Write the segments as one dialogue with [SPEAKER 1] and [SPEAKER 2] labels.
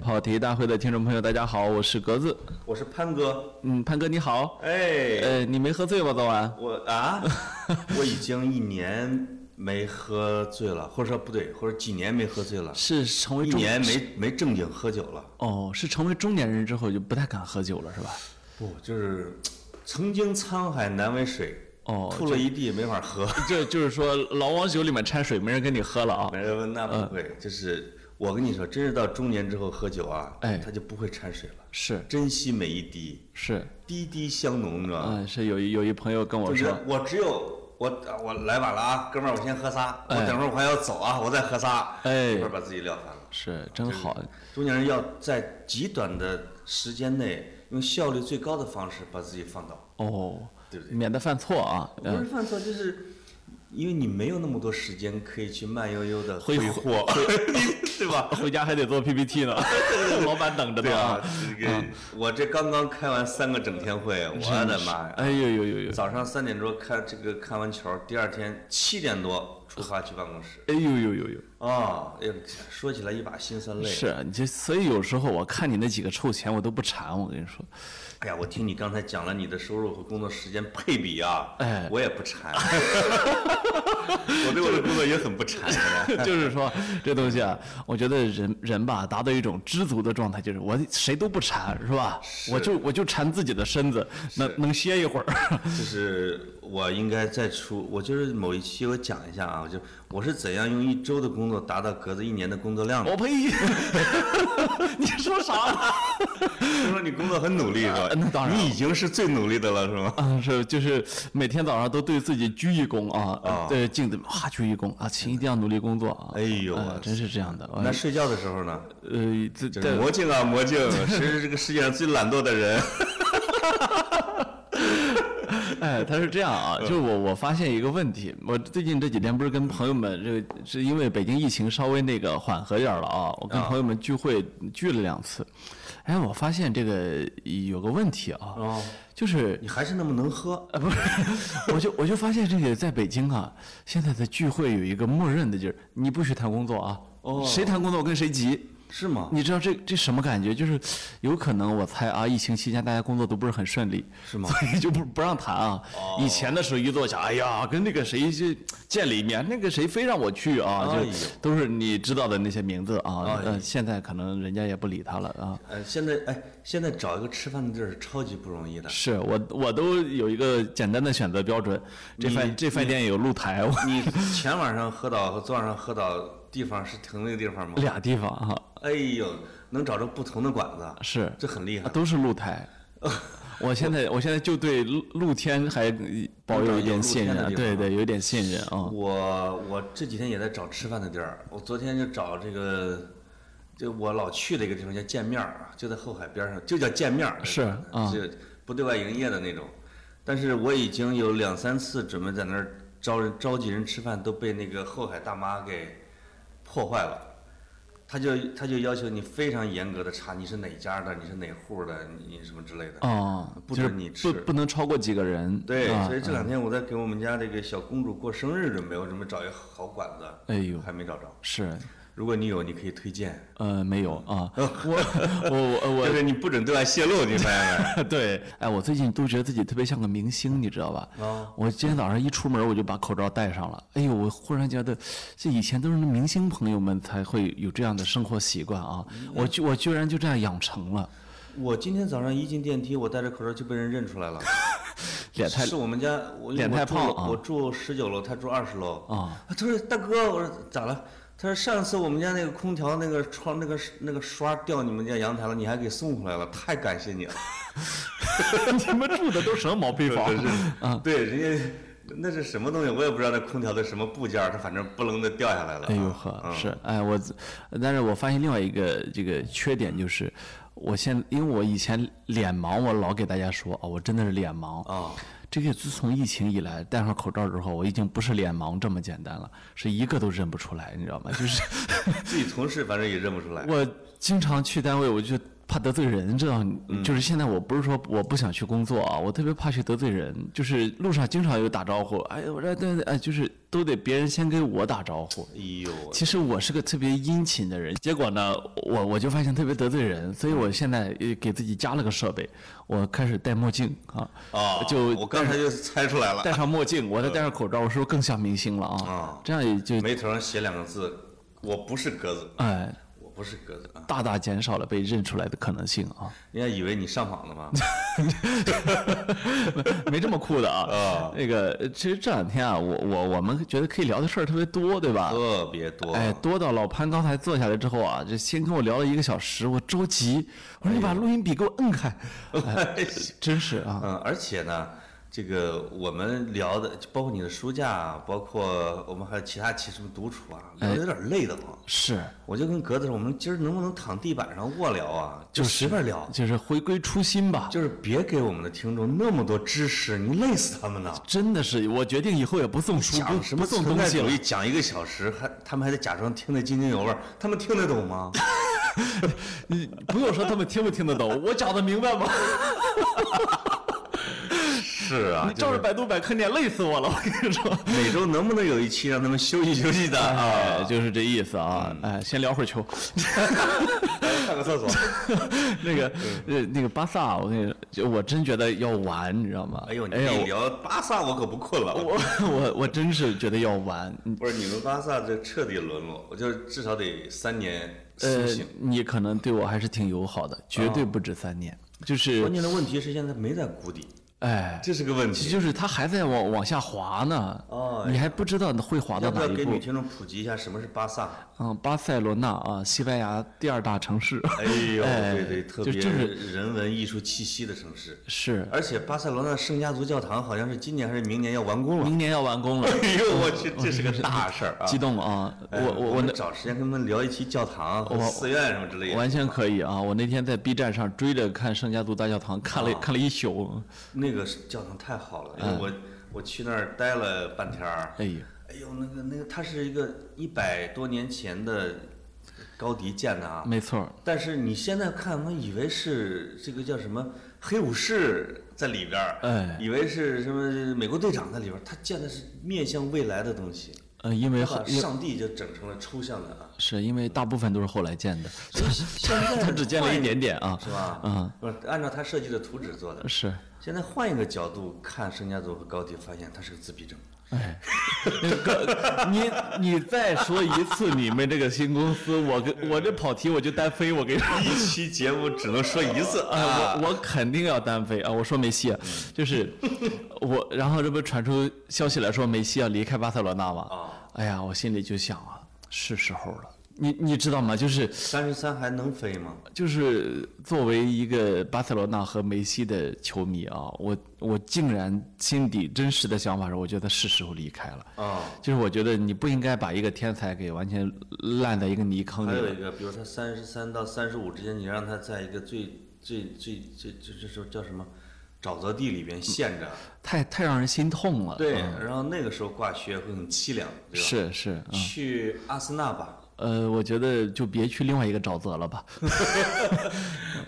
[SPEAKER 1] 跑题大会的听众朋友，大家好，我是格子。
[SPEAKER 2] 我是潘哥，
[SPEAKER 1] 嗯，潘哥你好。
[SPEAKER 2] 哎，
[SPEAKER 1] 呃，你没喝醉吧？昨晚？
[SPEAKER 2] 我啊， 我已经一年没喝醉了，或者说不对，或者几年没喝醉了，
[SPEAKER 1] 是成为
[SPEAKER 2] 一
[SPEAKER 1] 中
[SPEAKER 2] 年没没正经喝酒了。
[SPEAKER 1] 哦，是成为中年人之后就不太敢喝酒了，是吧？
[SPEAKER 2] 不，就是曾经沧海难为水，
[SPEAKER 1] 哦
[SPEAKER 2] 吐了一地没法喝。
[SPEAKER 1] 这就是说老往酒里面掺水，没人跟你喝了啊。
[SPEAKER 2] 没人问 那不会，就是我跟你说，真是到中年之后喝酒啊，
[SPEAKER 1] 哎
[SPEAKER 2] 他就不会掺水了，
[SPEAKER 1] 是
[SPEAKER 2] 珍惜每一滴，
[SPEAKER 1] 是，
[SPEAKER 2] 滴滴香浓，你知道吗？
[SPEAKER 1] 嗯，是有一有一朋友跟我
[SPEAKER 2] 就是
[SPEAKER 1] 说，
[SPEAKER 2] 我只有我我来晚了啊，哥们儿，我先喝仨，我
[SPEAKER 1] 哎
[SPEAKER 2] 等会儿我还要走啊，我再喝仨，
[SPEAKER 1] 哎
[SPEAKER 2] 一会儿把自己撂翻了。
[SPEAKER 1] 是真好，
[SPEAKER 2] 中年人要在极短的时间内，用效率最高的方式把自己放倒，
[SPEAKER 1] 哦，
[SPEAKER 2] 对不对？
[SPEAKER 1] 免得犯错啊。
[SPEAKER 2] 不
[SPEAKER 1] 嗯，
[SPEAKER 2] 是犯错，就是因为你没有那么多时间可以去慢悠悠的
[SPEAKER 1] 挥
[SPEAKER 2] 霍，对吧？
[SPEAKER 1] 回家还得做 PPT 呢，老板等着
[SPEAKER 2] 对
[SPEAKER 1] 呢
[SPEAKER 2] 啊。，这个我这刚刚开完三个整天会，我的妈呀！
[SPEAKER 1] 哎呦呦呦呦！
[SPEAKER 2] 早上三点多看这个看完球，第二天七点多出发去办公室。
[SPEAKER 1] 哎呦呦呦呦！
[SPEAKER 2] 啊，哎呦，说起来一把辛酸泪。
[SPEAKER 1] 是啊你这，所以有时候我看你那几个臭钱，我都不馋。我跟你说，
[SPEAKER 2] 哎呀，我听你刚才讲了你的收入和工作时间配比啊，
[SPEAKER 1] 哎
[SPEAKER 2] 我也不馋， 我对我的工作也很不馋。
[SPEAKER 1] 就是说这东西啊，我觉得人人吧，达到一种知足的状态，就是我谁都不馋，是吧？我就我就馋自己的身子，能能歇一会 儿。
[SPEAKER 2] 就是我应该再出，我就是某一期我讲一下啊，就我是怎样用一周的工作达到格子一年的工作量的。
[SPEAKER 1] 我呸！ 你说啥呢？
[SPEAKER 2] 听说你工作很努力是吧？
[SPEAKER 1] 呃那当然
[SPEAKER 2] 你已经是最努力的了是吗？
[SPEAKER 1] 啊，是就是每天早上都对自己鞠一躬啊，
[SPEAKER 2] 啊
[SPEAKER 1] 对镜子哇鞠一躬啊，请一定要努力工作啊！
[SPEAKER 2] 哎呦
[SPEAKER 1] 啊
[SPEAKER 2] 我
[SPEAKER 1] 真是这样的。
[SPEAKER 2] 那睡觉的时候呢？
[SPEAKER 1] 呃，这
[SPEAKER 2] 这
[SPEAKER 1] 这
[SPEAKER 2] 魔镜啊 魔镜，谁是这个世界上最懒惰的人？
[SPEAKER 1] 哎，他是这样啊，就是我我发现一个问题，我最近这几天不是跟朋友们这个是因为北京疫情稍微那个缓和点儿了啊，我跟朋友们聚会聚了两次，哎，我发现这个有个问题啊，
[SPEAKER 2] 哦，
[SPEAKER 1] 就是
[SPEAKER 2] 你还是那么能喝。
[SPEAKER 1] 啊不是，我就我就发现这个在北京啊，现在的聚会有一个默认的就是你不许谈工作啊，
[SPEAKER 2] 哦
[SPEAKER 1] 谁谈工作我跟谁急。
[SPEAKER 2] 是吗？
[SPEAKER 1] 啊你知道这这什么感觉？就是有可能我猜啊，疫情期间大家工作都不是很顺利，
[SPEAKER 2] 是吗哦
[SPEAKER 1] 所以就不不让谈啊。以前的时候一坐下，哎呀，跟那个谁去见了一面，那个谁非让我去啊，
[SPEAKER 2] 哎
[SPEAKER 1] 就
[SPEAKER 2] 呦
[SPEAKER 1] 都是你知道的那些名字啊。
[SPEAKER 2] 哎
[SPEAKER 1] 呃，现在可能人家也不理他了啊。
[SPEAKER 2] 呃，现在哎，现在找一个吃饭的地儿是超级不容易的。
[SPEAKER 1] 是我我都有一个简单的选择标准，这饭这饭店有露台，我
[SPEAKER 2] 你前晚上喝倒和昨晚上喝倒地方是同一个地方吗？
[SPEAKER 1] 俩地方啊，
[SPEAKER 2] 哎呦，能找着不同的馆子，
[SPEAKER 1] 是
[SPEAKER 2] 这很厉害。
[SPEAKER 1] 啊都是露 台。我现在我现在就对露露天还保有一点信
[SPEAKER 2] 有露天
[SPEAKER 1] 任，
[SPEAKER 2] 的
[SPEAKER 1] 啊
[SPEAKER 2] 地方
[SPEAKER 1] 对对，有一点信任啊。
[SPEAKER 2] 我我这几天也在找吃饭的地儿，我昨天就找这个，就我老去的一个地方叫见面儿，啊就在后海边上，就叫见面儿，
[SPEAKER 1] 是啊
[SPEAKER 2] 就不对外营业的那种。但是我已经有两三次准备在那儿招人召集人吃饭，都被那个后海大妈给破坏了。他就他就要求你非常严格的查你是哪家的，你是哪户的，你你什么之类的。
[SPEAKER 1] 哦，
[SPEAKER 2] 不
[SPEAKER 1] 就是
[SPEAKER 2] 准你
[SPEAKER 1] 不
[SPEAKER 2] 吃
[SPEAKER 1] 不能超过几个人。
[SPEAKER 2] 对，
[SPEAKER 1] 啊
[SPEAKER 2] 所以这两天我在给我们家这个小公主过生日，准备我准备找一个好馆子，
[SPEAKER 1] 哎呦
[SPEAKER 2] 还没找着。
[SPEAKER 1] 是
[SPEAKER 2] 如果你有，你可以推荐，
[SPEAKER 1] 呃没有 啊，我我我
[SPEAKER 2] 但是你不准对外泄露，你发现
[SPEAKER 1] 我
[SPEAKER 2] 没？
[SPEAKER 1] 对，哎，我最近都觉得自己特别像个明星，你知道吧？
[SPEAKER 2] 哦
[SPEAKER 1] 我今天早上一出门我就把口罩戴上了，哎呦，我忽然觉得这以前都是明星朋友们才会有这样的生活习惯啊，
[SPEAKER 2] 嗯
[SPEAKER 1] 我居我居然就这样养成了，
[SPEAKER 2] 我今天早上一进电梯，我戴着口罩就被人认出来了。
[SPEAKER 1] 脸太
[SPEAKER 2] 是我们家，我因为
[SPEAKER 1] 脸
[SPEAKER 2] 我
[SPEAKER 1] 太
[SPEAKER 2] 住
[SPEAKER 1] 胖
[SPEAKER 2] 了
[SPEAKER 1] 啊
[SPEAKER 2] 我住十九楼，他住二十楼。
[SPEAKER 1] 啊
[SPEAKER 2] 他说：“大哥，我说咋了？”他说：“上次我们家那个空调那个窗那个那个刷掉你们家阳台了，你还给送回来了，太感谢你了。”
[SPEAKER 1] 你们住的都什么毛坯房？
[SPEAKER 2] 啊， 对，人家那是什么东西，我也不知道那空调的什么部件儿，它反正不楞的掉下来了啊。
[SPEAKER 1] 哎呦呵，是哎我，但是我发现另外一个这个缺点就是，我现因为我以前脸盲，我老给大家说啊、我真的是脸盲啊。
[SPEAKER 2] 啊，
[SPEAKER 1] 这个自从疫情以来，戴上口罩之后，我已经不是脸盲这么简单了，是一个都认不出来，你知道吗？就是
[SPEAKER 2] 自己同事反正也认不出来。
[SPEAKER 1] 我经常去单位，我就怕得罪人，知道？
[SPEAKER 2] 嗯
[SPEAKER 1] 就是现在我不是说我不想去工作啊，我特别怕去得罪人，就是路上经常有打招呼，哎，我这对对，哎，就是都得别人先给我打招呼。
[SPEAKER 2] 哎呦，
[SPEAKER 1] 其实我是个特别殷勤的人，结果呢，我我就发现特别得罪人，所以我现在也给自己加了个设备，我开始戴墨镜啊，
[SPEAKER 2] 啊，
[SPEAKER 1] 就
[SPEAKER 2] 我刚才就猜出来了
[SPEAKER 1] 戴，上墨镜，我再戴上口罩，我是不是更像明星了啊
[SPEAKER 2] 啊？
[SPEAKER 1] 这样也就
[SPEAKER 2] 眉头上写两个字，我不是鸽子，
[SPEAKER 1] 哎，
[SPEAKER 2] 我不是鸽子啊！
[SPEAKER 1] 大大减少了被认出来的可能性 啊，
[SPEAKER 2] 人家以为你上 访了吗？
[SPEAKER 1] 没这么酷的啊。
[SPEAKER 2] 啊，
[SPEAKER 1] 那个，呃其实这两天啊，我我我们觉得可以聊的事儿特别多，对吧？
[SPEAKER 2] 特别多，
[SPEAKER 1] 哎，多到老潘刚才坐下来之后啊，这先跟我聊了一个小时，我着急，我说你把录音笔给我摁开，哎真是啊，
[SPEAKER 2] 嗯，而且呢，这个我们聊的，包括你的书架啊，包括我们还有其他其什么独处啊，
[SPEAKER 1] 哎
[SPEAKER 2] 聊的有点累得慌。
[SPEAKER 1] 是，
[SPEAKER 2] 我就跟格子说，我们今儿能不能躺地板上卧聊啊？就随便聊，
[SPEAKER 1] 就是回归初心吧。
[SPEAKER 2] 就是别给我们的听众那么多知识，你累死他们了。
[SPEAKER 1] 真的是，我决定以后也不送书，不
[SPEAKER 2] 讲什么
[SPEAKER 1] 不送
[SPEAKER 2] 存
[SPEAKER 1] 东
[SPEAKER 2] 在
[SPEAKER 1] 西
[SPEAKER 2] 主
[SPEAKER 1] 了
[SPEAKER 2] 义，。讲一个小时，还他们还得假装听得津津有味儿，他们听得懂吗？
[SPEAKER 1] 你不用说他们听不听得懂，我讲的明白吗？
[SPEAKER 2] 是 啊，
[SPEAKER 1] 你照着百度百科念，累死我了，我跟你说。
[SPEAKER 2] 每周能不能有一期让他们休息休息的啊？
[SPEAKER 1] 哎，就是这意思啊！哎，先聊会儿球。
[SPEAKER 2] 上个厕所。
[SPEAKER 1] 那个，
[SPEAKER 2] 嗯
[SPEAKER 1] 呃，那个巴萨，我跟你说，就我真觉得要完，你知道吗？
[SPEAKER 2] 哎呦，你
[SPEAKER 1] 哎
[SPEAKER 2] 这
[SPEAKER 1] 呀，
[SPEAKER 2] 一聊巴萨，我可不困了。
[SPEAKER 1] 我我我真是觉得要完。
[SPEAKER 2] 不是你们巴萨这彻底沦落，我就是至少得三年
[SPEAKER 1] 呃
[SPEAKER 2] 苏醒。，
[SPEAKER 1] 你可能对我还是挺友好的，绝对不止三
[SPEAKER 2] 哦
[SPEAKER 1] 年。就
[SPEAKER 2] 关
[SPEAKER 1] 是，
[SPEAKER 2] 键的问题是现在没在谷底，
[SPEAKER 1] 哎，
[SPEAKER 2] 这是个问题。
[SPEAKER 1] 就是他还在往往下滑呢。
[SPEAKER 2] 哦
[SPEAKER 1] 你还不知道会滑到
[SPEAKER 2] 要不
[SPEAKER 1] 哪
[SPEAKER 2] 要
[SPEAKER 1] 一
[SPEAKER 2] 给
[SPEAKER 1] 步。
[SPEAKER 2] 女听众普及一下什么是巴萨？
[SPEAKER 1] 嗯，巴塞罗那啊，西班牙第二大城市。
[SPEAKER 2] 哎呦，
[SPEAKER 1] 哎
[SPEAKER 2] 对对，特别
[SPEAKER 1] 就就是
[SPEAKER 2] 人文艺术气息的城市。
[SPEAKER 1] 是，
[SPEAKER 2] 而且巴塞罗那圣家族教堂好像是今年还是明年要完工了。
[SPEAKER 1] 明年要完工了，嗯
[SPEAKER 2] 哎呦，我去，这是个大事儿啊！
[SPEAKER 1] 激动啊！我
[SPEAKER 2] 哎
[SPEAKER 1] 我
[SPEAKER 2] 我
[SPEAKER 1] 我那
[SPEAKER 2] 们找时间跟他们聊一期教堂、和寺院什么之类的。
[SPEAKER 1] 完全可以啊！我那天在 B 站上追着看圣家族大教堂，看
[SPEAKER 2] 啊
[SPEAKER 1] 了看了一宿。
[SPEAKER 2] 那个是教堂太好了，因
[SPEAKER 1] 嗯
[SPEAKER 2] 为我我去那儿待了半天儿。
[SPEAKER 1] 哎呦，
[SPEAKER 2] 哎呦，那个那个，它是一个一百多年前的高迪建的啊，
[SPEAKER 1] 没错儿，
[SPEAKER 2] 但是你现在看，我以为是这个叫什么黑武士在里边儿，
[SPEAKER 1] 哎
[SPEAKER 2] 以为是什么美国队长在里边儿，他建的是面向未来的东西，
[SPEAKER 1] 呃，因为
[SPEAKER 2] 他
[SPEAKER 1] 后
[SPEAKER 2] 把
[SPEAKER 1] 因
[SPEAKER 2] 上帝就整成了抽象的啊。
[SPEAKER 1] 是因为大部分都是后来建的，
[SPEAKER 2] 所以现在
[SPEAKER 1] 他 只建了一点点啊。
[SPEAKER 2] 是吧？
[SPEAKER 1] 嗯，
[SPEAKER 2] 不是按照他设计的图纸做的。
[SPEAKER 1] 是，
[SPEAKER 2] 现在换一个角度看盛家族和高迪，发现他是个自闭症。
[SPEAKER 1] 哎，那个 你你再说一次你们这个新公司，我跟我这跑题我就单飞，我跟你说。
[SPEAKER 2] 一期节目只能说一次
[SPEAKER 1] 啊，我我肯定要单飞啊！我说梅西啊，就是我，然后这不传出消息来说梅西要离开巴塞罗那吗？
[SPEAKER 2] 啊，
[SPEAKER 1] 哎呀，我心里就想啊，是时候了。你你知道吗？就是
[SPEAKER 2] 三十三还能飞吗？
[SPEAKER 1] 就是作为一个巴塞罗那和梅西的球迷啊，我我竟然心底真实的想法是，我觉得是时候离开了。
[SPEAKER 2] 啊，
[SPEAKER 1] 就是我觉得你不应该把一个天才给完全烂在一个泥坑
[SPEAKER 2] 还
[SPEAKER 1] 里
[SPEAKER 2] 有
[SPEAKER 1] 了
[SPEAKER 2] 一。个，比如他三十三到三十五之间，你让他在一个最最最最这这这叫什么沼泽地里边陷着，
[SPEAKER 1] 太太让人心痛了。
[SPEAKER 2] 对，
[SPEAKER 1] 嗯
[SPEAKER 2] 然后那个时候挂靴会很凄凉，对吧？
[SPEAKER 1] 是是，嗯
[SPEAKER 2] 去阿森纳吧，
[SPEAKER 1] 呃，我觉得就别去另外一个沼泽了吧。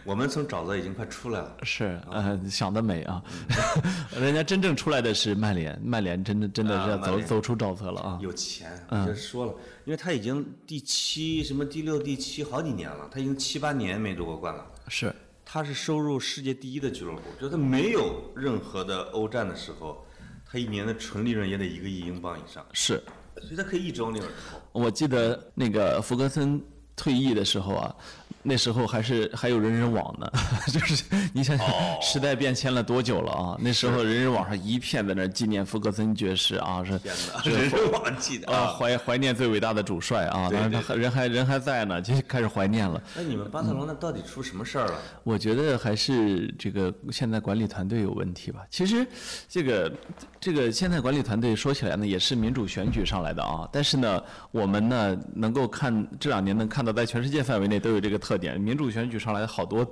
[SPEAKER 2] 我们从沼泽已经快出来了。
[SPEAKER 1] 是，呃，想得美啊！ 人家真正出来的是曼联，曼联真的真的是
[SPEAKER 2] 嗯啊
[SPEAKER 1] 要
[SPEAKER 2] 曼
[SPEAKER 1] 走
[SPEAKER 2] 联
[SPEAKER 1] 走出沼泽了啊！
[SPEAKER 2] 有钱，我就说了，因为他已经第七什么第六、第七好几年了，他已经七八年没夺过冠了。
[SPEAKER 1] 是，
[SPEAKER 2] 他是收入世界第一的俱乐部，就他没有任何的欧战的时候，他一年的纯利润也得一个亿英镑以上，
[SPEAKER 1] 是，
[SPEAKER 2] 所以他可以一直往里边投。
[SPEAKER 1] 我记得那个福格森退役的时候啊，那时候还是还有人人网呢， 就是你想想、时代变迁了多久了啊？那时候人人网上一片在那儿纪念福格森爵士啊，是
[SPEAKER 2] 天哪，
[SPEAKER 1] 是
[SPEAKER 2] 人人忘记的
[SPEAKER 1] 啊！怀怀念最伟大的主帅啊，当然他还人还人还在呢，就开始怀念了。
[SPEAKER 2] 那你们巴塞罗那到底出什么事儿了？
[SPEAKER 1] 我觉得还是这个现在管理团队有问题吧。其实，这个这个现在管理团队说起来呢，也是民主选举上来的啊。但是呢，我们呢能够看这两年能看到，在全世界范围内都有这个特点，民主选举上来的好多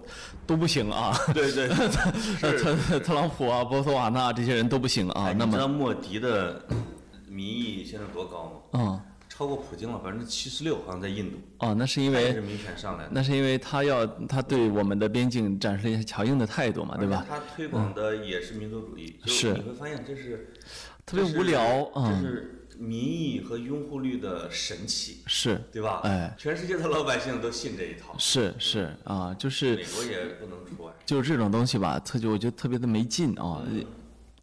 [SPEAKER 1] 都不行啊。
[SPEAKER 2] 对对， 是。
[SPEAKER 1] 特特朗普啊、波斯瓦纳这些人都不行啊
[SPEAKER 2] 哎，。
[SPEAKER 1] 那
[SPEAKER 2] 你知
[SPEAKER 1] 么，
[SPEAKER 2] 道莫迪的民意现在多高吗？
[SPEAKER 1] 嗯，
[SPEAKER 2] 超过普京了，百分之七十六，好像在印度，
[SPEAKER 1] 哦，那是因
[SPEAKER 2] 还
[SPEAKER 1] 为
[SPEAKER 2] 是民选上来的，
[SPEAKER 1] 那是因为他要他对我们的边境展示了一下强硬的态度嘛，对吧？？嗯
[SPEAKER 2] 他推广的也是民族主义，就是你会发现这是
[SPEAKER 1] 特别
[SPEAKER 2] 这是
[SPEAKER 1] 无聊，
[SPEAKER 2] 这
[SPEAKER 1] 嗯，
[SPEAKER 2] 是民意和拥护率的神奇，
[SPEAKER 1] 是，
[SPEAKER 2] 对吧？
[SPEAKER 1] 哎，
[SPEAKER 2] 全世界的老百姓都信这一套，
[SPEAKER 1] 是是啊，就是
[SPEAKER 2] 美国也不能除外。
[SPEAKER 1] 就是这种东西吧，特就我觉得特别的没劲啊。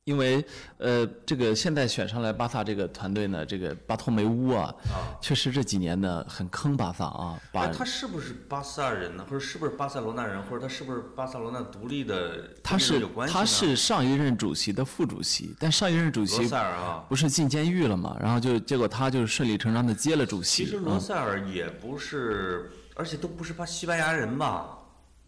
[SPEAKER 1] 因为，呃，这个现在选上来巴萨这个团队呢，这个巴托梅乌啊，
[SPEAKER 2] 啊
[SPEAKER 1] 确实这几年呢很坑巴萨啊，把
[SPEAKER 2] 哎，他是不是巴萨人呢？或者是不是巴塞罗那人？或者他是不是巴塞罗那独立的？
[SPEAKER 1] 他
[SPEAKER 2] 跟这
[SPEAKER 1] 是
[SPEAKER 2] 个有关系呢
[SPEAKER 1] 他是上一任主席的副主席，但上一任主
[SPEAKER 2] 罗
[SPEAKER 1] 席
[SPEAKER 2] 塞尔啊。
[SPEAKER 1] 不是进监狱了嘛，然后就结果他就顺理成章的接了主席。
[SPEAKER 2] 其实罗塞尔也不是，而且都不是巴西班牙人吧？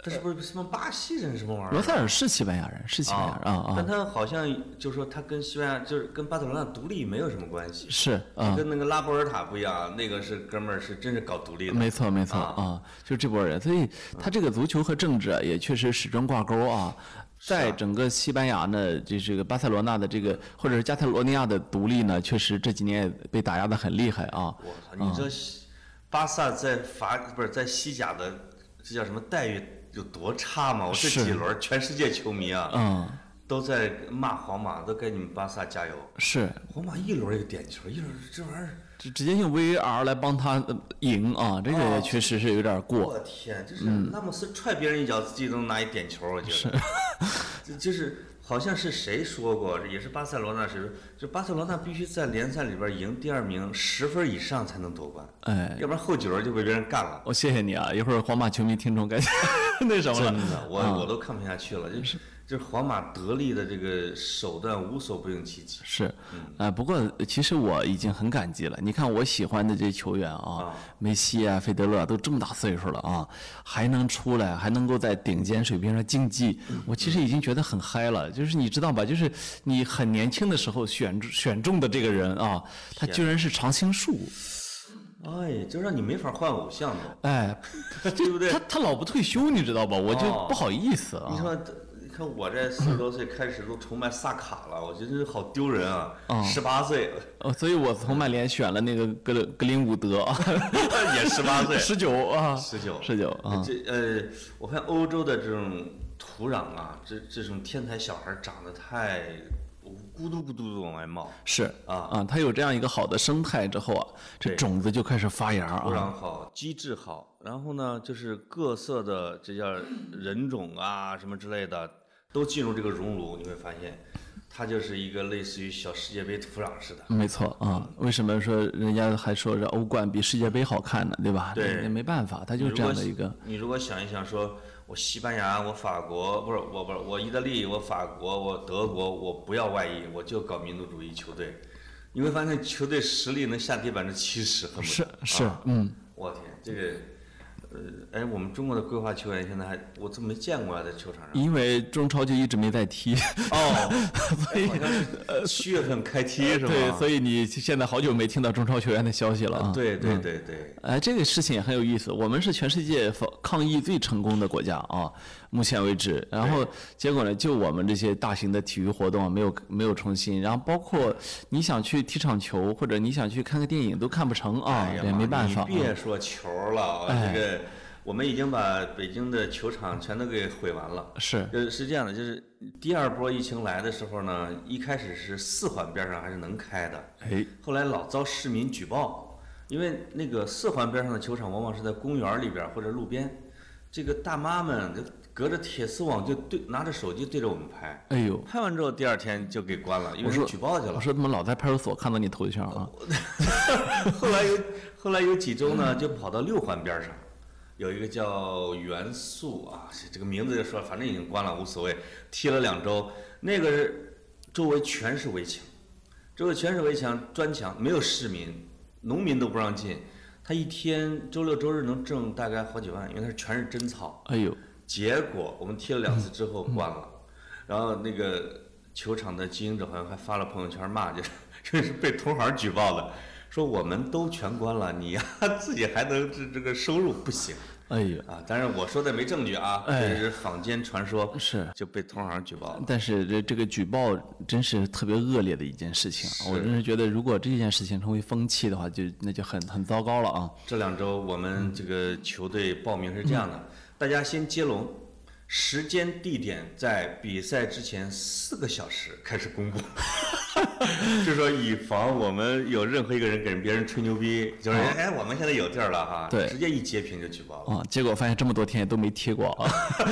[SPEAKER 2] 他是不是什么巴西人什么玩意儿？
[SPEAKER 1] 嗯罗塞尔是西班牙人，是西班牙人啊啊，
[SPEAKER 2] 但他好像就说他跟西班牙就是跟巴塞罗那独立没有什么关系，
[SPEAKER 1] 是啊，
[SPEAKER 2] 跟那个拉波尔塔不一样，那个是哥们儿是真是搞独立的。
[SPEAKER 1] 没错没错
[SPEAKER 2] 啊
[SPEAKER 1] 啊，就这波人，所以他这个足球和政治啊也确实始终挂钩啊。
[SPEAKER 2] 是啊
[SPEAKER 1] 在整个西班牙呢，这这个巴塞罗那的这个，或者是加泰罗尼亚的独立呢，确实这几年也被打压的很厉害啊。
[SPEAKER 2] 我操，你这西巴萨在法不是在西甲的这叫什么待遇有多差吗？我这
[SPEAKER 1] 是
[SPEAKER 2] 几轮全世界球迷啊
[SPEAKER 1] 嗯，
[SPEAKER 2] 都在骂皇马，都该你们巴萨加油。
[SPEAKER 1] 是，
[SPEAKER 2] 皇马一轮一个点球，一轮这玩意儿，
[SPEAKER 1] 直直接用 VAR 来帮他呃赢啊，这个也确实是有点过。嗯
[SPEAKER 2] 我天，就是拉莫斯踹别人一脚，自己能拿一点球，我觉得， 就就是好像是谁说过，也是巴塞罗那谁说，就巴塞罗那必须在联赛里边赢第二名十分以上才能夺冠，
[SPEAKER 1] 哎，
[SPEAKER 2] 要不然后几轮就被别人干了。
[SPEAKER 1] 我谢谢你啊，一会儿皇马球迷听众该 那什么
[SPEAKER 2] 真
[SPEAKER 1] 了。啊
[SPEAKER 2] 的，我我都看不下去了，就是就是皇马得力的这个手段无所不用其极
[SPEAKER 1] 是，
[SPEAKER 2] 嗯
[SPEAKER 1] 呃，不过其实我已经很感激了。你看我喜欢的这些球员啊
[SPEAKER 2] 啊，
[SPEAKER 1] 梅西啊、费德勒啊都这么大岁数了啊，还能出来，还能够在顶尖水平上竞技，
[SPEAKER 2] 嗯
[SPEAKER 1] 我其实已经觉得很嗨了。就是你知道吧，就是你很年轻的时候选选中的这个人啊，他居然是常青树，
[SPEAKER 2] 哎，就让你没法换偶像都。
[SPEAKER 1] 哎，
[SPEAKER 2] 对不对
[SPEAKER 1] 他他老不退休，你知道吧？我就
[SPEAKER 2] 哦
[SPEAKER 1] 不好意思啊。
[SPEAKER 2] 你说，你看我这四十多岁开始都崇拜萨卡了，我觉得这好丢人啊！十八岁
[SPEAKER 1] 呃，所以我从曼联选了那个格林格林伍德啊，
[SPEAKER 2] 也十八岁，
[SPEAKER 1] 十九啊，
[SPEAKER 2] 十九，
[SPEAKER 1] 十九啊，
[SPEAKER 2] 这呃，我看欧洲的这种土壤啊，这这种天才小孩长得太咕嘟咕嘟的往外冒，
[SPEAKER 1] 是
[SPEAKER 2] 啊
[SPEAKER 1] 啊，他有这样一个好的生态之后啊，这
[SPEAKER 2] 对
[SPEAKER 1] 种子就开始发芽
[SPEAKER 2] 土
[SPEAKER 1] 啊，
[SPEAKER 2] 壤好，机制好，然后呢，就是各色的这叫人种 啊什么之类的，都进入这个熔炉，你会发现，它就是一个类似于小世界杯土壤似的。
[SPEAKER 1] 没错啊。为什么说人家还说这欧冠比世界杯好看呢？对吧？
[SPEAKER 2] 对
[SPEAKER 1] 那没办法，他就是这样的一个，
[SPEAKER 2] 你如果想一想说，我西班牙，我法国，不是我不是我意大利，我法国，我德国，我不要外裔，我就搞民族主义球队，你会发现球队实力能下跌百分之七十，恨不得
[SPEAKER 1] 是是
[SPEAKER 2] 啊，
[SPEAKER 1] 嗯，
[SPEAKER 2] 我天，这个，呃，哎，我们中国的规划球员现在还我怎么没见过啊，在球场上？
[SPEAKER 1] 因为中超就一直没在踢，
[SPEAKER 2] 哦，
[SPEAKER 1] 所以
[SPEAKER 2] 好像是七月份开踢是吧？
[SPEAKER 1] 对，所以你现在好久没听到中超球员的消息了啊。
[SPEAKER 2] 呃对对对对，
[SPEAKER 1] 哎，这个事情也很有意思。我们是全世界防抗疫最成功的国家啊，目前为止。然后结果呢，就我们这些大型的体育活动啊，没有没有重新。然后包括你想去踢场球，或者你想去看个电影，都看不成啊
[SPEAKER 2] 哎，呀
[SPEAKER 1] 也
[SPEAKER 2] 妈
[SPEAKER 1] 没办
[SPEAKER 2] 你
[SPEAKER 1] 法啊。
[SPEAKER 2] 别说球了，啊这个我们已经把北京的球场全都给毁完了。
[SPEAKER 1] 是
[SPEAKER 2] 呃，是这样的，就是第二波疫情来的时候呢，一开始是四环边上还是能开的，
[SPEAKER 1] 哎，
[SPEAKER 2] 后来老遭市民举报，因为那个四环边上的球场往往是在公园里边或者路边，这个大妈们就隔着铁丝网就对拿着手机对着我们拍，
[SPEAKER 1] 哎呦，
[SPEAKER 2] 拍完之后第二天就给关了，因为
[SPEAKER 1] 我说
[SPEAKER 2] 是举报去
[SPEAKER 1] 我
[SPEAKER 2] 了。
[SPEAKER 1] 说怎么老在派出所看到你头像啊？
[SPEAKER 2] 后来有后来有几周呢，就跑到六环边上，有一个叫元素啊，这个名字就说反正已经关了，无所谓。踢了两周，那个是周围全是围墙，周围全是围墙砖墙，没有市民，农民都不让进。他一天周六周日能挣大概好几万，因为他全是真草。
[SPEAKER 1] 哎呦，
[SPEAKER 2] 结果我们踢了两次之后关了，然后那个球场的经营者好像还发了朋友圈骂， 就是这是被同行举报的，说我们都全关了，你呀、自己还能这这个收入不行，
[SPEAKER 1] 哎呦，
[SPEAKER 2] 啊，当然我说的没证据啊，
[SPEAKER 1] 哎
[SPEAKER 2] 这是坊间传说，
[SPEAKER 1] 是
[SPEAKER 2] 就被同行举报了。
[SPEAKER 1] 但是这这个举报真是特别恶劣的一件事情啊，我
[SPEAKER 2] 是
[SPEAKER 1] 真是觉得，如果这件事情成为风气的话，就那就很很糟糕了啊。
[SPEAKER 2] 这两周我们这个球队报名是这样的，大家先接龙，时间地点在比赛之前四个小时开始公布， 就说以防我们有任何一个人给别人吹牛逼，就是哎哎我们现在有地儿了哈，
[SPEAKER 1] 对
[SPEAKER 2] 直接一截屏就举报了，
[SPEAKER 1] 啊，结果发现这么多天也都没贴过啊。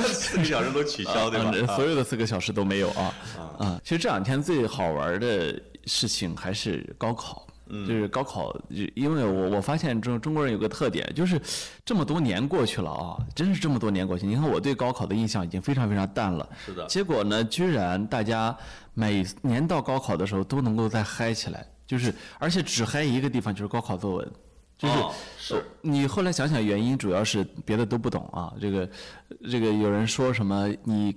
[SPEAKER 2] 四个小时都取消对吧？
[SPEAKER 1] 嗯
[SPEAKER 2] 啊
[SPEAKER 1] 所有的四个小时都没有啊啊！其实这两天最好玩的事情还是高考。
[SPEAKER 2] 嗯
[SPEAKER 1] 就是高考，因为我我发现中中国人有个特点，就是这么多年过去了啊，真是这么多年过去。你看我对高考的印象已经非常非常淡了，
[SPEAKER 2] 是的
[SPEAKER 1] 结果呢，居然大家每年到高考的时候都能够再嗨起来，就是而且只嗨一个地方，就是高考作文，就是、
[SPEAKER 2] 哦是
[SPEAKER 1] 你后来想想，原因主要是别的都不懂啊。这个，这个有人说什么你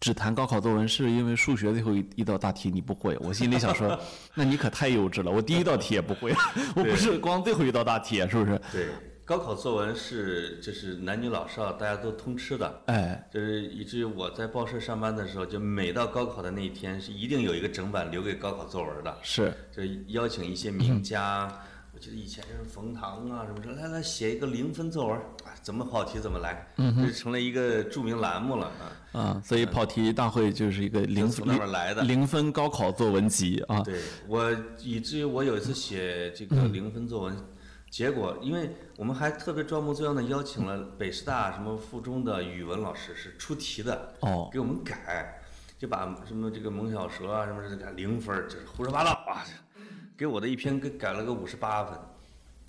[SPEAKER 1] 只谈高考作文，是因为数学最后一一道大题你不会。我心里想 说，那你可太幼稚了，我第一道题也不会，我不是光最后一道大题，啊是不是？
[SPEAKER 2] 对，高考作文是就是男女老少大家都通吃的，
[SPEAKER 1] 哎，
[SPEAKER 2] 就是以至于我在报社上班的时候，就每到高考的那一天，是一定有一个整版留给高考作文的，
[SPEAKER 1] 是
[SPEAKER 2] 就是邀请一些名家，我记得以前就是冯唐啊什么说，来来写一个零分作文，啊，怎么跑题怎么来，
[SPEAKER 1] 嗯
[SPEAKER 2] 这成了一个著名栏目了啊。
[SPEAKER 1] 啊，所以跑题大会就是一个零
[SPEAKER 2] 就从那边来的
[SPEAKER 1] 零分高考作文集啊。嗯
[SPEAKER 2] 对我，以至于我有一次写这个零分作文，结果因为我们还特别装模作样的邀请了北师大什么附中的语文老师是出题的，
[SPEAKER 1] 哦，
[SPEAKER 2] 给我们改，就把什么这个萌小蛇啊什么这个零分儿，就是胡说八道啊，给我的一篇给改了个五十八分，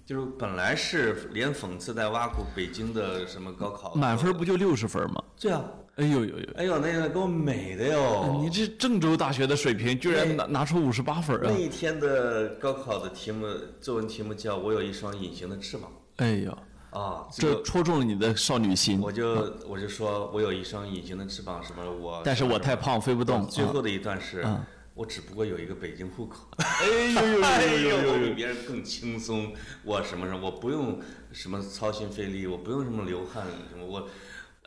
[SPEAKER 2] 就是本来是连讽刺带挖苦北京的什么高考
[SPEAKER 1] 满分不就六十分吗？
[SPEAKER 2] 对啊，
[SPEAKER 1] 哎呦呦呦！
[SPEAKER 2] 哎呦那个给我美的哟，
[SPEAKER 1] 哎你这郑州大学的水平居然拿拿出五十八分
[SPEAKER 2] 那
[SPEAKER 1] 啊！
[SPEAKER 2] 一天的高考的题目作文题目叫我有一双隐形的翅膀
[SPEAKER 1] 哎呦，
[SPEAKER 2] 啊，这
[SPEAKER 1] 这
[SPEAKER 2] 个
[SPEAKER 1] 戳中了你的少女心。
[SPEAKER 2] 我就我就说我有一双隐形的翅膀什么我，
[SPEAKER 1] 但是我太胖，飞不动。
[SPEAKER 2] 最
[SPEAKER 1] 啊
[SPEAKER 2] 后的一段是
[SPEAKER 1] 嗯。
[SPEAKER 2] 我只不过有一个北京户口，
[SPEAKER 1] 哎呦呦
[SPEAKER 2] 哎
[SPEAKER 1] 呦
[SPEAKER 2] 呦，
[SPEAKER 1] 呦
[SPEAKER 2] 我
[SPEAKER 1] 呦
[SPEAKER 2] 比
[SPEAKER 1] 呦！
[SPEAKER 2] 别人更轻松，我什么什么，我不用什么操心费力，我不用什么流汗什么，我，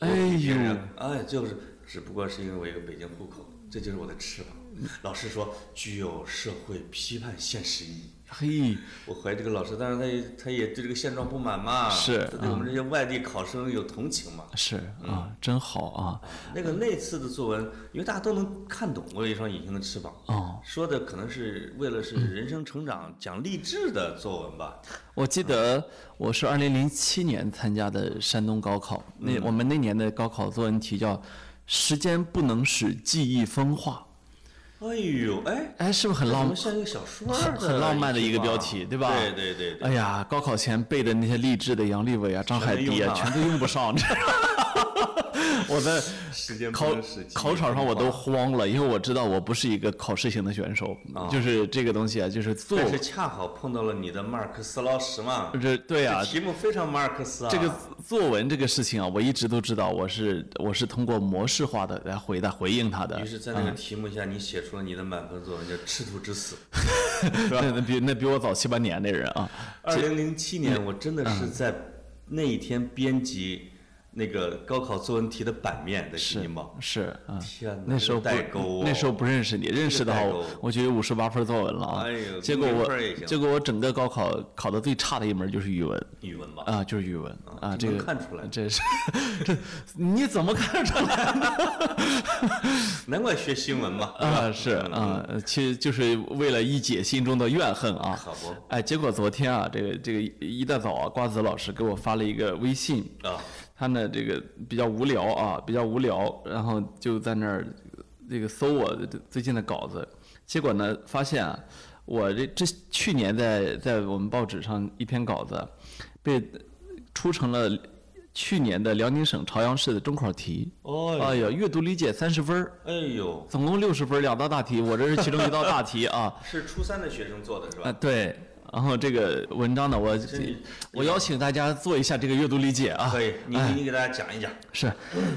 [SPEAKER 2] 我比别人哎，就是只不过是因为我有个北京户口，这就是我的翅膀。老师说具有社会批判现实意义，
[SPEAKER 1] 嘿，
[SPEAKER 2] 我怀疑这个老师，但是他也他也对这个现状不满嘛，
[SPEAKER 1] 是
[SPEAKER 2] 他对我们这些外地考生有同情嘛。
[SPEAKER 1] 是啊，真好啊！
[SPEAKER 2] 那个那次的作文，因为大家都能看懂，我有一双隐形的翅膀。
[SPEAKER 1] 哦，
[SPEAKER 2] 说的可能是为了是人生成长、讲励志的作文吧。
[SPEAKER 1] 我记得我是二零零七年参加的山东高考，那我们那年的高考作文题叫“时间不能使记忆风化
[SPEAKER 2] 哎呦，哎”，，
[SPEAKER 1] 哎，是不是很
[SPEAKER 2] 怎
[SPEAKER 1] 浪
[SPEAKER 2] 么像一个小说
[SPEAKER 1] 很
[SPEAKER 2] 儿
[SPEAKER 1] 很浪漫的一个标题
[SPEAKER 2] 对
[SPEAKER 1] 对吧
[SPEAKER 2] 对对对对。
[SPEAKER 1] 哎呀，高考前背的那些励志的杨利伟啊、张海迪啊，全
[SPEAKER 2] 全
[SPEAKER 1] 都用不上。我在
[SPEAKER 2] 时间不
[SPEAKER 1] 呃考
[SPEAKER 2] 能使记忆
[SPEAKER 1] 考场上我都
[SPEAKER 2] 风化，
[SPEAKER 1] 慌了，因为我知道我不是一个考试型的选手，就是这个东西啊，就是做
[SPEAKER 2] 但是恰好碰到了你的马尔克斯劳什嘛，
[SPEAKER 1] 这对啊
[SPEAKER 2] 这，题目非常马尔克斯啊。
[SPEAKER 1] 这个作文这个事情啊，我一直都知道，我是我是通过模式化的来回答回应他的
[SPEAKER 2] 于。是，在那
[SPEAKER 1] 嗯
[SPEAKER 2] 个题目下，你写出了你的满分作文，叫《赤兔之死》。
[SPEAKER 1] 那那比那比我早七八年那人啊，
[SPEAKER 2] 二零零七年，我真的是
[SPEAKER 1] 嗯
[SPEAKER 2] 在那一天编辑那个高考作文题的版面的新京报。
[SPEAKER 1] 是啊，
[SPEAKER 2] 天哪，
[SPEAKER 1] 那时候
[SPEAKER 2] 这
[SPEAKER 1] 不
[SPEAKER 2] 个代沟哦，
[SPEAKER 1] 那时候不认识你，认识的话
[SPEAKER 2] 代沟
[SPEAKER 1] 我我就有五十八分作文了啊
[SPEAKER 2] 哎呦。
[SPEAKER 1] 结果
[SPEAKER 2] 公民
[SPEAKER 1] 我
[SPEAKER 2] 分儿也行
[SPEAKER 1] 结果我整个高考考的最差的一门就是语文。
[SPEAKER 2] 语文吧，
[SPEAKER 1] 啊，就是语文啊，这
[SPEAKER 2] 这能
[SPEAKER 1] 个
[SPEAKER 2] 看出来
[SPEAKER 1] 这是 这你怎么看得出来
[SPEAKER 2] 难怪学新闻嘛。
[SPEAKER 1] 啊？是
[SPEAKER 2] 嗯
[SPEAKER 1] 啊，呃其实就是为了一解心中的怨恨啊。
[SPEAKER 2] 可不
[SPEAKER 1] 哎，结果昨天啊，这个这个一大早啊，瓜子老师给我发了一个微信，
[SPEAKER 2] 啊，
[SPEAKER 1] 他呢这个比较无聊啊，比较无聊，然后就在那儿这个搜我最近的稿子，结果呢发现啊，我这这去年在在我们报纸上一篇稿子被出成了去年的辽宁省朝阳市的中考题，
[SPEAKER 2] 哦，
[SPEAKER 1] 哎呀，阅读理解三十分儿，
[SPEAKER 2] 哎呦，
[SPEAKER 1] 总共六十分儿，两道大题，我这是其中一道大题啊，
[SPEAKER 2] 是初三的学生做的是
[SPEAKER 1] 啊
[SPEAKER 2] 吧？
[SPEAKER 1] 对。然后这个文章呢，我
[SPEAKER 2] 真厉害
[SPEAKER 1] 我邀请大家做一下这个阅读理解啊，
[SPEAKER 2] 可以，你你给大家讲一讲。
[SPEAKER 1] 是，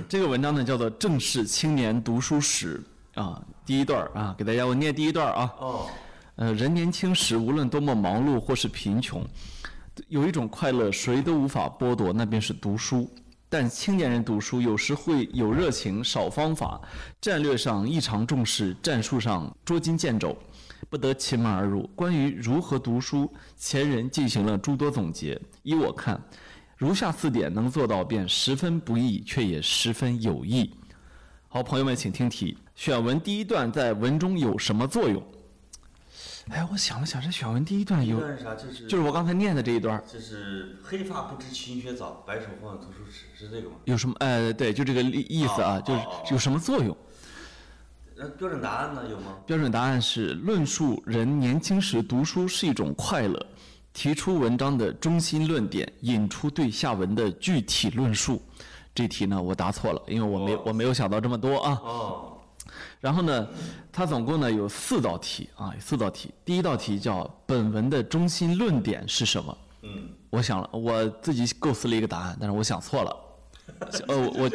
[SPEAKER 1] 这个文章呢叫做《正视青年读书史》啊，第一段儿啊，给大家我念第一段儿啊。
[SPEAKER 2] 哦，
[SPEAKER 1] 呃，人年轻时无论多么忙碌或是贫穷，有一种快乐谁都无法剥夺，那便是读书。但青年人读书有时会有热情，少方法，战略上异常重视，战术上捉襟见肘，不得其门而入。关于如何读书，前人进行了诸多总结。依我看，如下四点能做到，便十分不易，却也十分有益。好，朋友们，请听题：选文第一段在文中有什么作用？哎，我想了想，这选文第一段
[SPEAKER 2] 一
[SPEAKER 1] 有，
[SPEAKER 2] 段是啥？就是
[SPEAKER 1] 就是我刚才念的这一 段。
[SPEAKER 2] 就是黑发不知勤学早，白首方有读书迟，是这个吗？
[SPEAKER 1] 有什么？呃，对，就这个意意思啊，
[SPEAKER 2] 哦
[SPEAKER 1] 就是
[SPEAKER 2] 哦哦
[SPEAKER 1] 有什么作用？
[SPEAKER 2] 那标准答案呢？有吗？
[SPEAKER 1] 标准答案是论述人年轻时读书是一种快乐，提出文章的中心论点，引出对下文的具体论述。这题呢，我答错了，因为我没
[SPEAKER 2] 哦
[SPEAKER 1] 我没有想到这么多啊。
[SPEAKER 2] 哦，
[SPEAKER 1] 然后呢，它总共呢有四道题啊，有四道题。第一道题叫本文的中心论点是什么？
[SPEAKER 2] 嗯，
[SPEAKER 1] 我想了，我自己构思了一个答案，但是我想错了。呃，我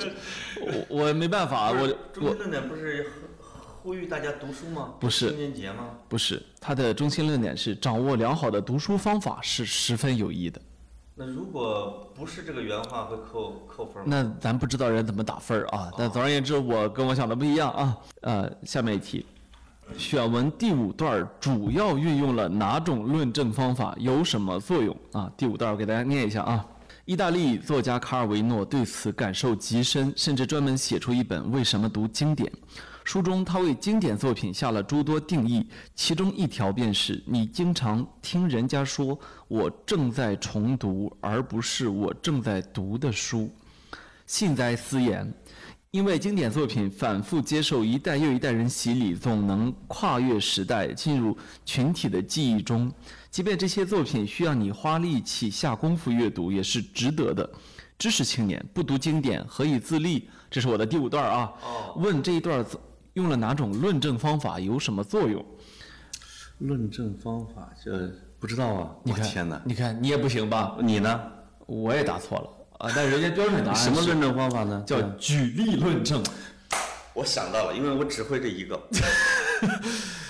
[SPEAKER 1] 我我没办法，啊
[SPEAKER 2] 不
[SPEAKER 1] 我
[SPEAKER 2] 是
[SPEAKER 1] 我
[SPEAKER 2] 中心论点不是呼呼吁大家读书吗？
[SPEAKER 1] 不是
[SPEAKER 2] 青年节吗？
[SPEAKER 1] 不是，他的中心论点是掌握良好的读书方法是十分有益的。
[SPEAKER 2] 那如果不是这个原话，会扣扣分吗？
[SPEAKER 1] 那咱不知道人怎么打分儿啊，但总而言之，我跟我想的不一样啊。呃，下面一题，选文第五段儿主要运用了哪种论证方法，有什么作用啊？第五段儿我给大家念一下啊。意大利作家卡尔维诺对此感受极深，甚至专门写出一本《为什么读经典》。书中，他为经典作品下了诸多定义，其中一条便是：你经常听人家说“我正在重读”，而不是“我正在读的书”。幸灾思言，因为经典作品反复接受一代又一代人洗礼，总能跨越时代，进入群体的记忆中。即便这些作品需要你花力气下功夫阅读，也是值得的。知识青年不读经典，何以自立？这是我的第五段啊。
[SPEAKER 2] 哦，
[SPEAKER 1] 问这一段用了哪种论证方法，有什么作用？
[SPEAKER 2] 论证方法这不知道啊！
[SPEAKER 1] 你
[SPEAKER 2] 我
[SPEAKER 1] 看，
[SPEAKER 2] 天哪！哦
[SPEAKER 1] 你看你也不行吧？
[SPEAKER 2] 你呢？
[SPEAKER 1] 我也答错了啊，但人家标准答案
[SPEAKER 2] 什么
[SPEAKER 1] 是
[SPEAKER 2] 论证方法呢？
[SPEAKER 1] 叫举例论证。
[SPEAKER 2] 我想到了，因为我只会这 一个，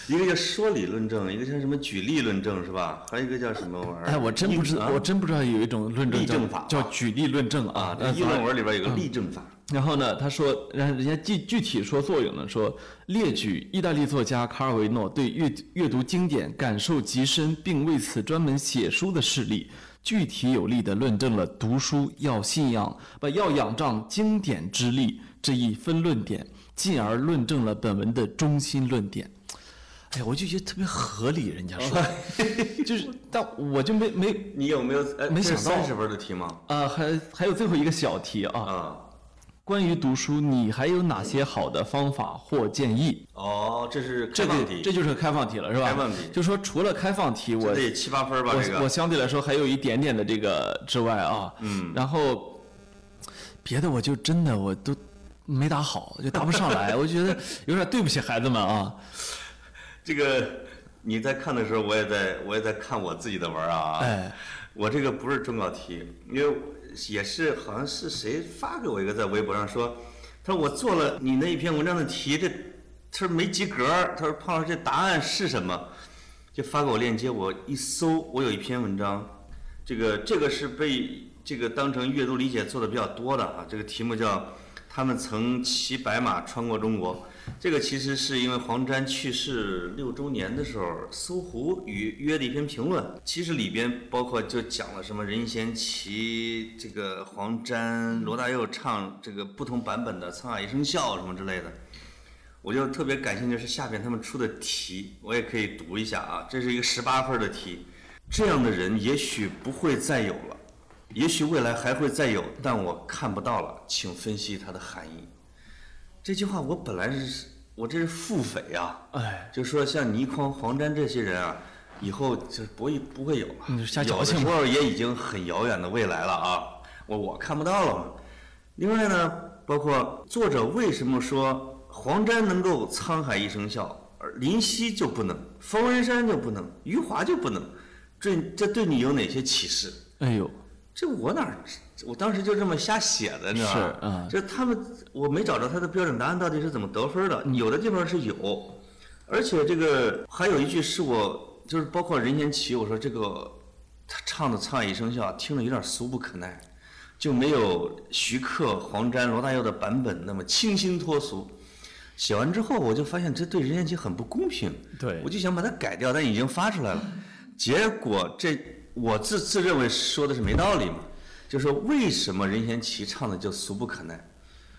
[SPEAKER 2] 一个叫说理论证，一个叫什么举例论证是吧？还有一个叫什么玩意儿？
[SPEAKER 1] 哎，我真不知，
[SPEAKER 2] 啊
[SPEAKER 1] 我真不知道有一种论证
[SPEAKER 2] 例
[SPEAKER 1] 叫
[SPEAKER 2] 证法
[SPEAKER 1] 叫举例论证啊
[SPEAKER 2] 啊，。这议论文里边
[SPEAKER 1] 嗯
[SPEAKER 2] 有个例证法，
[SPEAKER 1] 然后呢，他说，然后人家具具体说作用呢，说列举意大利作家卡尔维诺对阅阅读经典感受极深，并为此专门写书的事例，具体有力地论证了读书要信仰，不要仰仗经典之力这一分论点，进而论证了本文的中心论点。哎呀，我就觉得特别合理，人家 说，就是，但我就没没
[SPEAKER 2] 你有没有？哎，
[SPEAKER 1] 没想到
[SPEAKER 2] 三十分的题吗？
[SPEAKER 1] 呃，还还有最后一个小题啊，
[SPEAKER 2] 啊，
[SPEAKER 1] 关于读书，你还有哪些好的方法或建议？
[SPEAKER 2] 哦，这是
[SPEAKER 1] 这
[SPEAKER 2] 开放
[SPEAKER 1] 个
[SPEAKER 2] 题，
[SPEAKER 1] 这就是开放题了，是吧？
[SPEAKER 2] 开放题
[SPEAKER 1] 就说除了开放题，我
[SPEAKER 2] 这得七八分吧？这
[SPEAKER 1] 我我
[SPEAKER 2] 个
[SPEAKER 1] 相对来说还有一点点的这个之外啊，嗯，然后别的我就真的我都没答好，就答不上 来，我觉得有点对不起孩子们啊。
[SPEAKER 2] 这个你在看的时候，我也在我也在看我自己的文儿啊。
[SPEAKER 1] 哎，
[SPEAKER 2] 我这个不是中考题，因为也是好像是谁发给我一个在微博上说，他说我做了你那一篇文章的题，这他说没及格儿，他说胖老师这答案是什么？就发给我链接，我一搜，我有一篇文章，这个这个是被这个当成阅读理解做的比较多的啊，这个题目叫“他们曾骑白马穿过中国”，这个其实是因为黄沾去世六周年的时候，搜狐与约的一篇评论，其实里边包括就讲了什么任贤齐、这个黄沾、罗大佑唱这个不同版本的《沧海一声笑》什么之类的。我就特别感兴趣是下边他们出的题，我也可以读一下啊。这是一个十八分的题，这样的人也许不会再有了，也许未来还会再有，但我看不到了，请分析它的含义。这句话我本来是我这是腹诽啊，
[SPEAKER 1] 哎，
[SPEAKER 2] 就说像倪匡、黄沾这些人啊，以后就不会不会有了，
[SPEAKER 1] 嗯你就瞎矫
[SPEAKER 2] 有的
[SPEAKER 1] 情
[SPEAKER 2] 时候也已经很遥远的未来了啊，我我看不到了嘛。另外呢，包括作者为什么说黄沾能够沧海一声笑，而林夕就不能，冯文山就不能，余华就不能，这这对你有哪些启示？
[SPEAKER 1] 哎呦，
[SPEAKER 2] 这我哪儿知？我当时就这么瞎写的，你知道吗？
[SPEAKER 1] 是嗯
[SPEAKER 2] 就他们，我没找着他的标准答案到底是怎么得分的，有的地方是有，而且这个还有一句是我就是包括任贤齐，我说这个他唱的《沧海一声笑》听着有点俗不可耐，就没有徐克、黄沾、罗大佑的版本那么清新脱俗。写完之后，我就发现这对任贤齐很不公平，
[SPEAKER 1] 对
[SPEAKER 2] 我就想把它改掉，但已经发出来了。结果这我自自认为说的是没道理嘛，就说为什么任贤齐唱的就俗不可耐，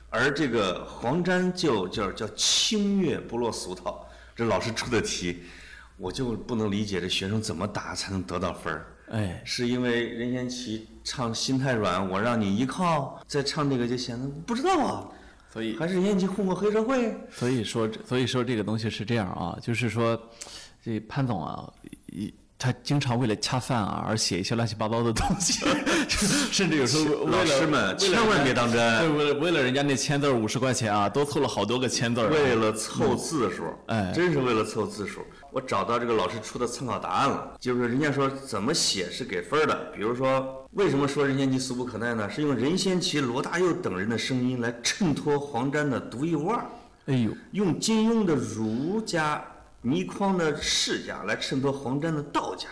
[SPEAKER 2] 而这个黄沾就叫叫清越不落俗套，这老师出的题，我就不能理解这学生怎么答才能得到分儿。
[SPEAKER 1] 哎，
[SPEAKER 2] 是因为任贤齐唱《心太软》，我让你依靠，再唱这个就显得不知道啊，
[SPEAKER 1] 所以
[SPEAKER 2] 还是任贤齐混过黑社会？
[SPEAKER 1] 所以说这，所以说这个东西是这样啊，就是说，这潘总啊，一他经常为了恰饭啊而写一些乱七八糟的东西， 甚至有时候为
[SPEAKER 2] 老
[SPEAKER 1] 了
[SPEAKER 2] 师们
[SPEAKER 1] 为了
[SPEAKER 2] 千万别当真
[SPEAKER 1] 对，为了为了人家那签字五十块钱啊，多凑了好多个签字儿啊、
[SPEAKER 2] 为了凑字数，
[SPEAKER 1] 哎
[SPEAKER 2] 真是为了凑字数。我找到这个老师出的参考答案了，就是人家说怎么写是给分儿的。比如说，为什么说任贤齐俗不可耐呢？是用任贤齐、罗大佑等人的声音来衬托黄沾的独一无二，
[SPEAKER 1] 哎呦，
[SPEAKER 2] 用金庸的儒家、倪匡的世家来衬托黄沾的道家，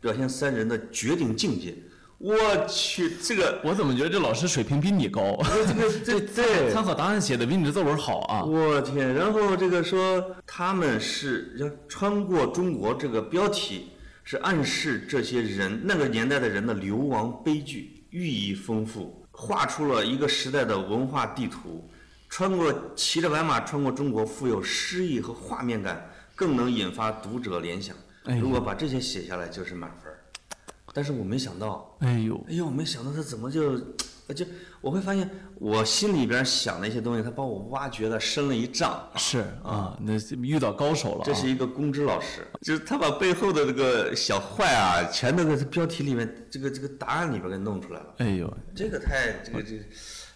[SPEAKER 2] 表现三人的绝顶境界。我去，这个
[SPEAKER 1] 我怎么觉得这老师水平比你高？
[SPEAKER 2] 这个这这
[SPEAKER 1] 参考答案写的比你的作文好啊！
[SPEAKER 2] 我天！然后这个说他们是要穿过中国这个标题，是暗示这些人那个年代的人的流亡悲剧，寓意丰富，画出了一个时代的文化地图。穿过骑着白马穿过中国，富有诗意和画面感，更能引发读者联想。
[SPEAKER 1] 哎
[SPEAKER 2] 如果把这些写下来，就是满分儿。但是我没想到，
[SPEAKER 1] 哎呦，
[SPEAKER 2] 哎呦，没想到他怎么就，呃就我会发现我心里边想的一些东西，他帮我挖掘的深了一丈。
[SPEAKER 1] 是啊，那遇到高手了、啊，
[SPEAKER 2] 这是一个公知老师，就是他把背后的这个小坏啊，全都在标题里面，这个这个答案里边给弄出来了。
[SPEAKER 1] 哎呦，
[SPEAKER 2] 这个太这个这个，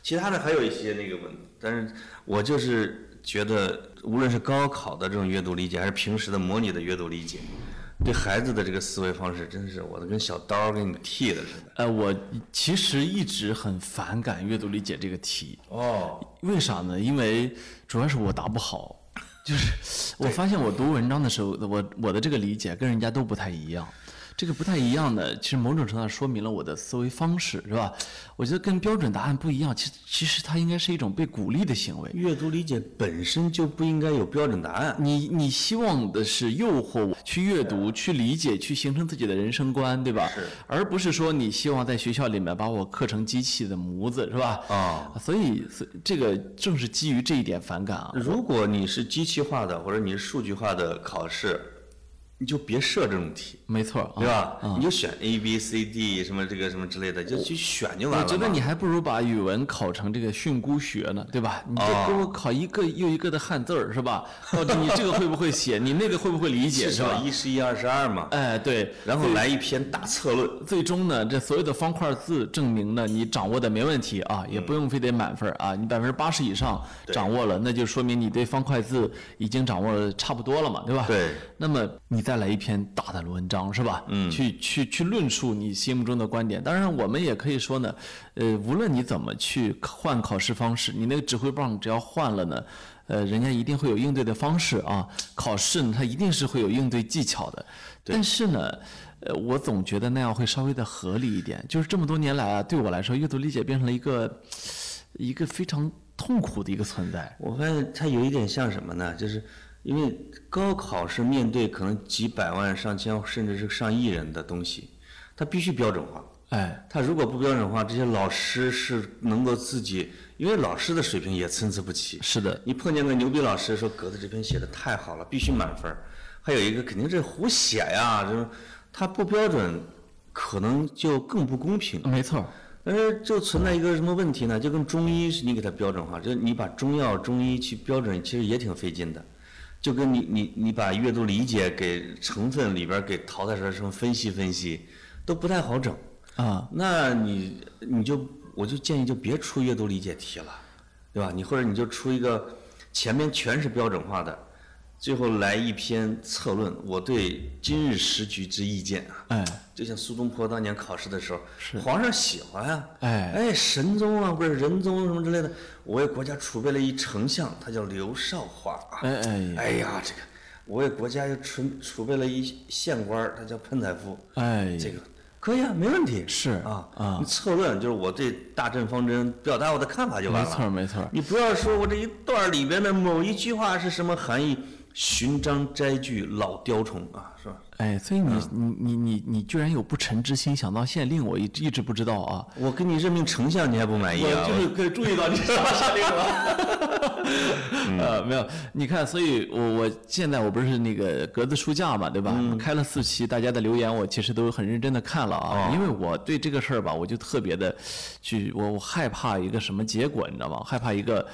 [SPEAKER 2] 其他的还有一些那个问题，但是我就是觉得，无论是高考的这种阅读理解，还是平时的模拟的阅读理解，对孩子的这个思维方式，真是我都跟小刀儿给你剃的似的。
[SPEAKER 1] 呃，我其实一直很反感阅读理解这个题，
[SPEAKER 2] 哦，
[SPEAKER 1] 为啥呢？因为主要是我答不好， 就是我发现我读文章的时候，我我的这个理解跟人家都不太一样。这个不太一样的，其实某种程度上说明了我的思维方式，是吧？我觉得跟标准答案不一样，其实其实它应该是一种被鼓励的行为。
[SPEAKER 2] 阅读理解本身就不应该有标准答案。
[SPEAKER 1] 你你希望的是诱惑我去阅读、去理解、去形成自己的人生观，对吧？
[SPEAKER 2] 是，
[SPEAKER 1] 而不是说你希望在学校里面把我刻成机器的模子，是吧？
[SPEAKER 2] 啊
[SPEAKER 1] 所以，所以这个正是基于这一点反感啊。
[SPEAKER 2] 如果你是机器化的或者你是数据化的考试，你就别设这种题，
[SPEAKER 1] 没错啊，
[SPEAKER 2] 对吧？你就选 A B C D 什么这个什么之类的，就去选就
[SPEAKER 1] 我
[SPEAKER 2] 完了嘛。
[SPEAKER 1] 觉得你还不如把语文考成这个训诂学呢，对吧？你就
[SPEAKER 2] 哦
[SPEAKER 1] 给我考一个又一个的汉字儿，是吧？ 到底你这个会不会写？你那个会不会理解？
[SPEAKER 2] 至
[SPEAKER 1] 是
[SPEAKER 2] 少
[SPEAKER 1] 吧？
[SPEAKER 2] 一是一，二是二嘛。
[SPEAKER 1] 哎，对。
[SPEAKER 2] 然后来一篇大策论，
[SPEAKER 1] 最终呢，这所有的方块字证明呢，你掌握的没问题啊，也不用非得满分儿啊，你百分之八十以上
[SPEAKER 2] 嗯对
[SPEAKER 1] 掌握了，那就说明你对方块字已经掌握了差不多了嘛，对吧？
[SPEAKER 2] 对。
[SPEAKER 1] 那么你再来一篇大胆的文章是吧？嗯。去去去论述你心目中的观点。当然，我们也可以说呢，呃，无论你怎么去换考试方式，你那个指挥棒只要换了呢。呃，人家一定会有应对的方式啊，考试呢，它一定是会有应对技巧的。但是呢，呃，我总觉得那样会稍微的合理一点。就是这么多年来啊，对我来说，阅读理解变成了一个一个非常痛苦的一个存在。
[SPEAKER 2] 我发现它有一点像什么呢？就是因为高考是面对可能几百万、上千甚至是上亿人的东西，它必须标准化。
[SPEAKER 1] 哎，
[SPEAKER 2] 他如果不标准化，这些老师是能够自己，因为老师的水平也参差不齐。
[SPEAKER 1] 是的，
[SPEAKER 2] 你碰见个牛逼老师说格子这篇写的太好了，必须满分儿；还有一个肯定是胡写呀，就是他不标准，可能就更不公平。
[SPEAKER 1] 没错儿，
[SPEAKER 2] 但是就存在一个什么问题呢？就跟中医是你给它标准化，就是你把中药、中医去标准，其实也挺费劲的。就跟你你你把阅读理解给成分里边儿给淘汰出来什么分析分析，都不太好整。
[SPEAKER 1] 啊，
[SPEAKER 2] 那你你就我就建议就别出阅读理解题了，对吧？你或者你就出一个前面全是标准化的，最后来一篇策论，我对今日时局之意见啊。
[SPEAKER 1] 哎，
[SPEAKER 2] 就像苏东坡当年考试的时候，皇上喜欢啊，
[SPEAKER 1] 哎
[SPEAKER 2] 哎，神宗啊，不是仁宗什么之类的，我为国家储备了一丞相，他叫刘少华啊，
[SPEAKER 1] 哎哎呀
[SPEAKER 2] 哎呀，这个我为国家又储储备了一县官儿，他叫潘采夫，
[SPEAKER 1] 哎，
[SPEAKER 2] 这个可以啊，没问题。
[SPEAKER 1] 是
[SPEAKER 2] 啊
[SPEAKER 1] 啊
[SPEAKER 2] 你策论就是我对大政方针表达我的看法就完
[SPEAKER 1] 没
[SPEAKER 2] 了。
[SPEAKER 1] 错儿没错儿，
[SPEAKER 2] 你不要说我这一段里边的某一句话是什么含义，寻章摘句老雕虫啊，是吧？
[SPEAKER 1] 哎，所以你、
[SPEAKER 2] 嗯
[SPEAKER 1] 你你你你居然有不臣之心，想到县令，我一直一直不知道啊。
[SPEAKER 2] 我给你任命丞相，你还不满意啊？
[SPEAKER 1] 是可以注意到你啥啥令了。呃，没有，你看，所以我我现在我不是那个格子书架嘛，对吧？开了四期，大家的留言我其实都很认真的看了啊，因为我对这个事儿吧，我就特别的去，我我害怕一个什么结果，你知道吗？害怕一个。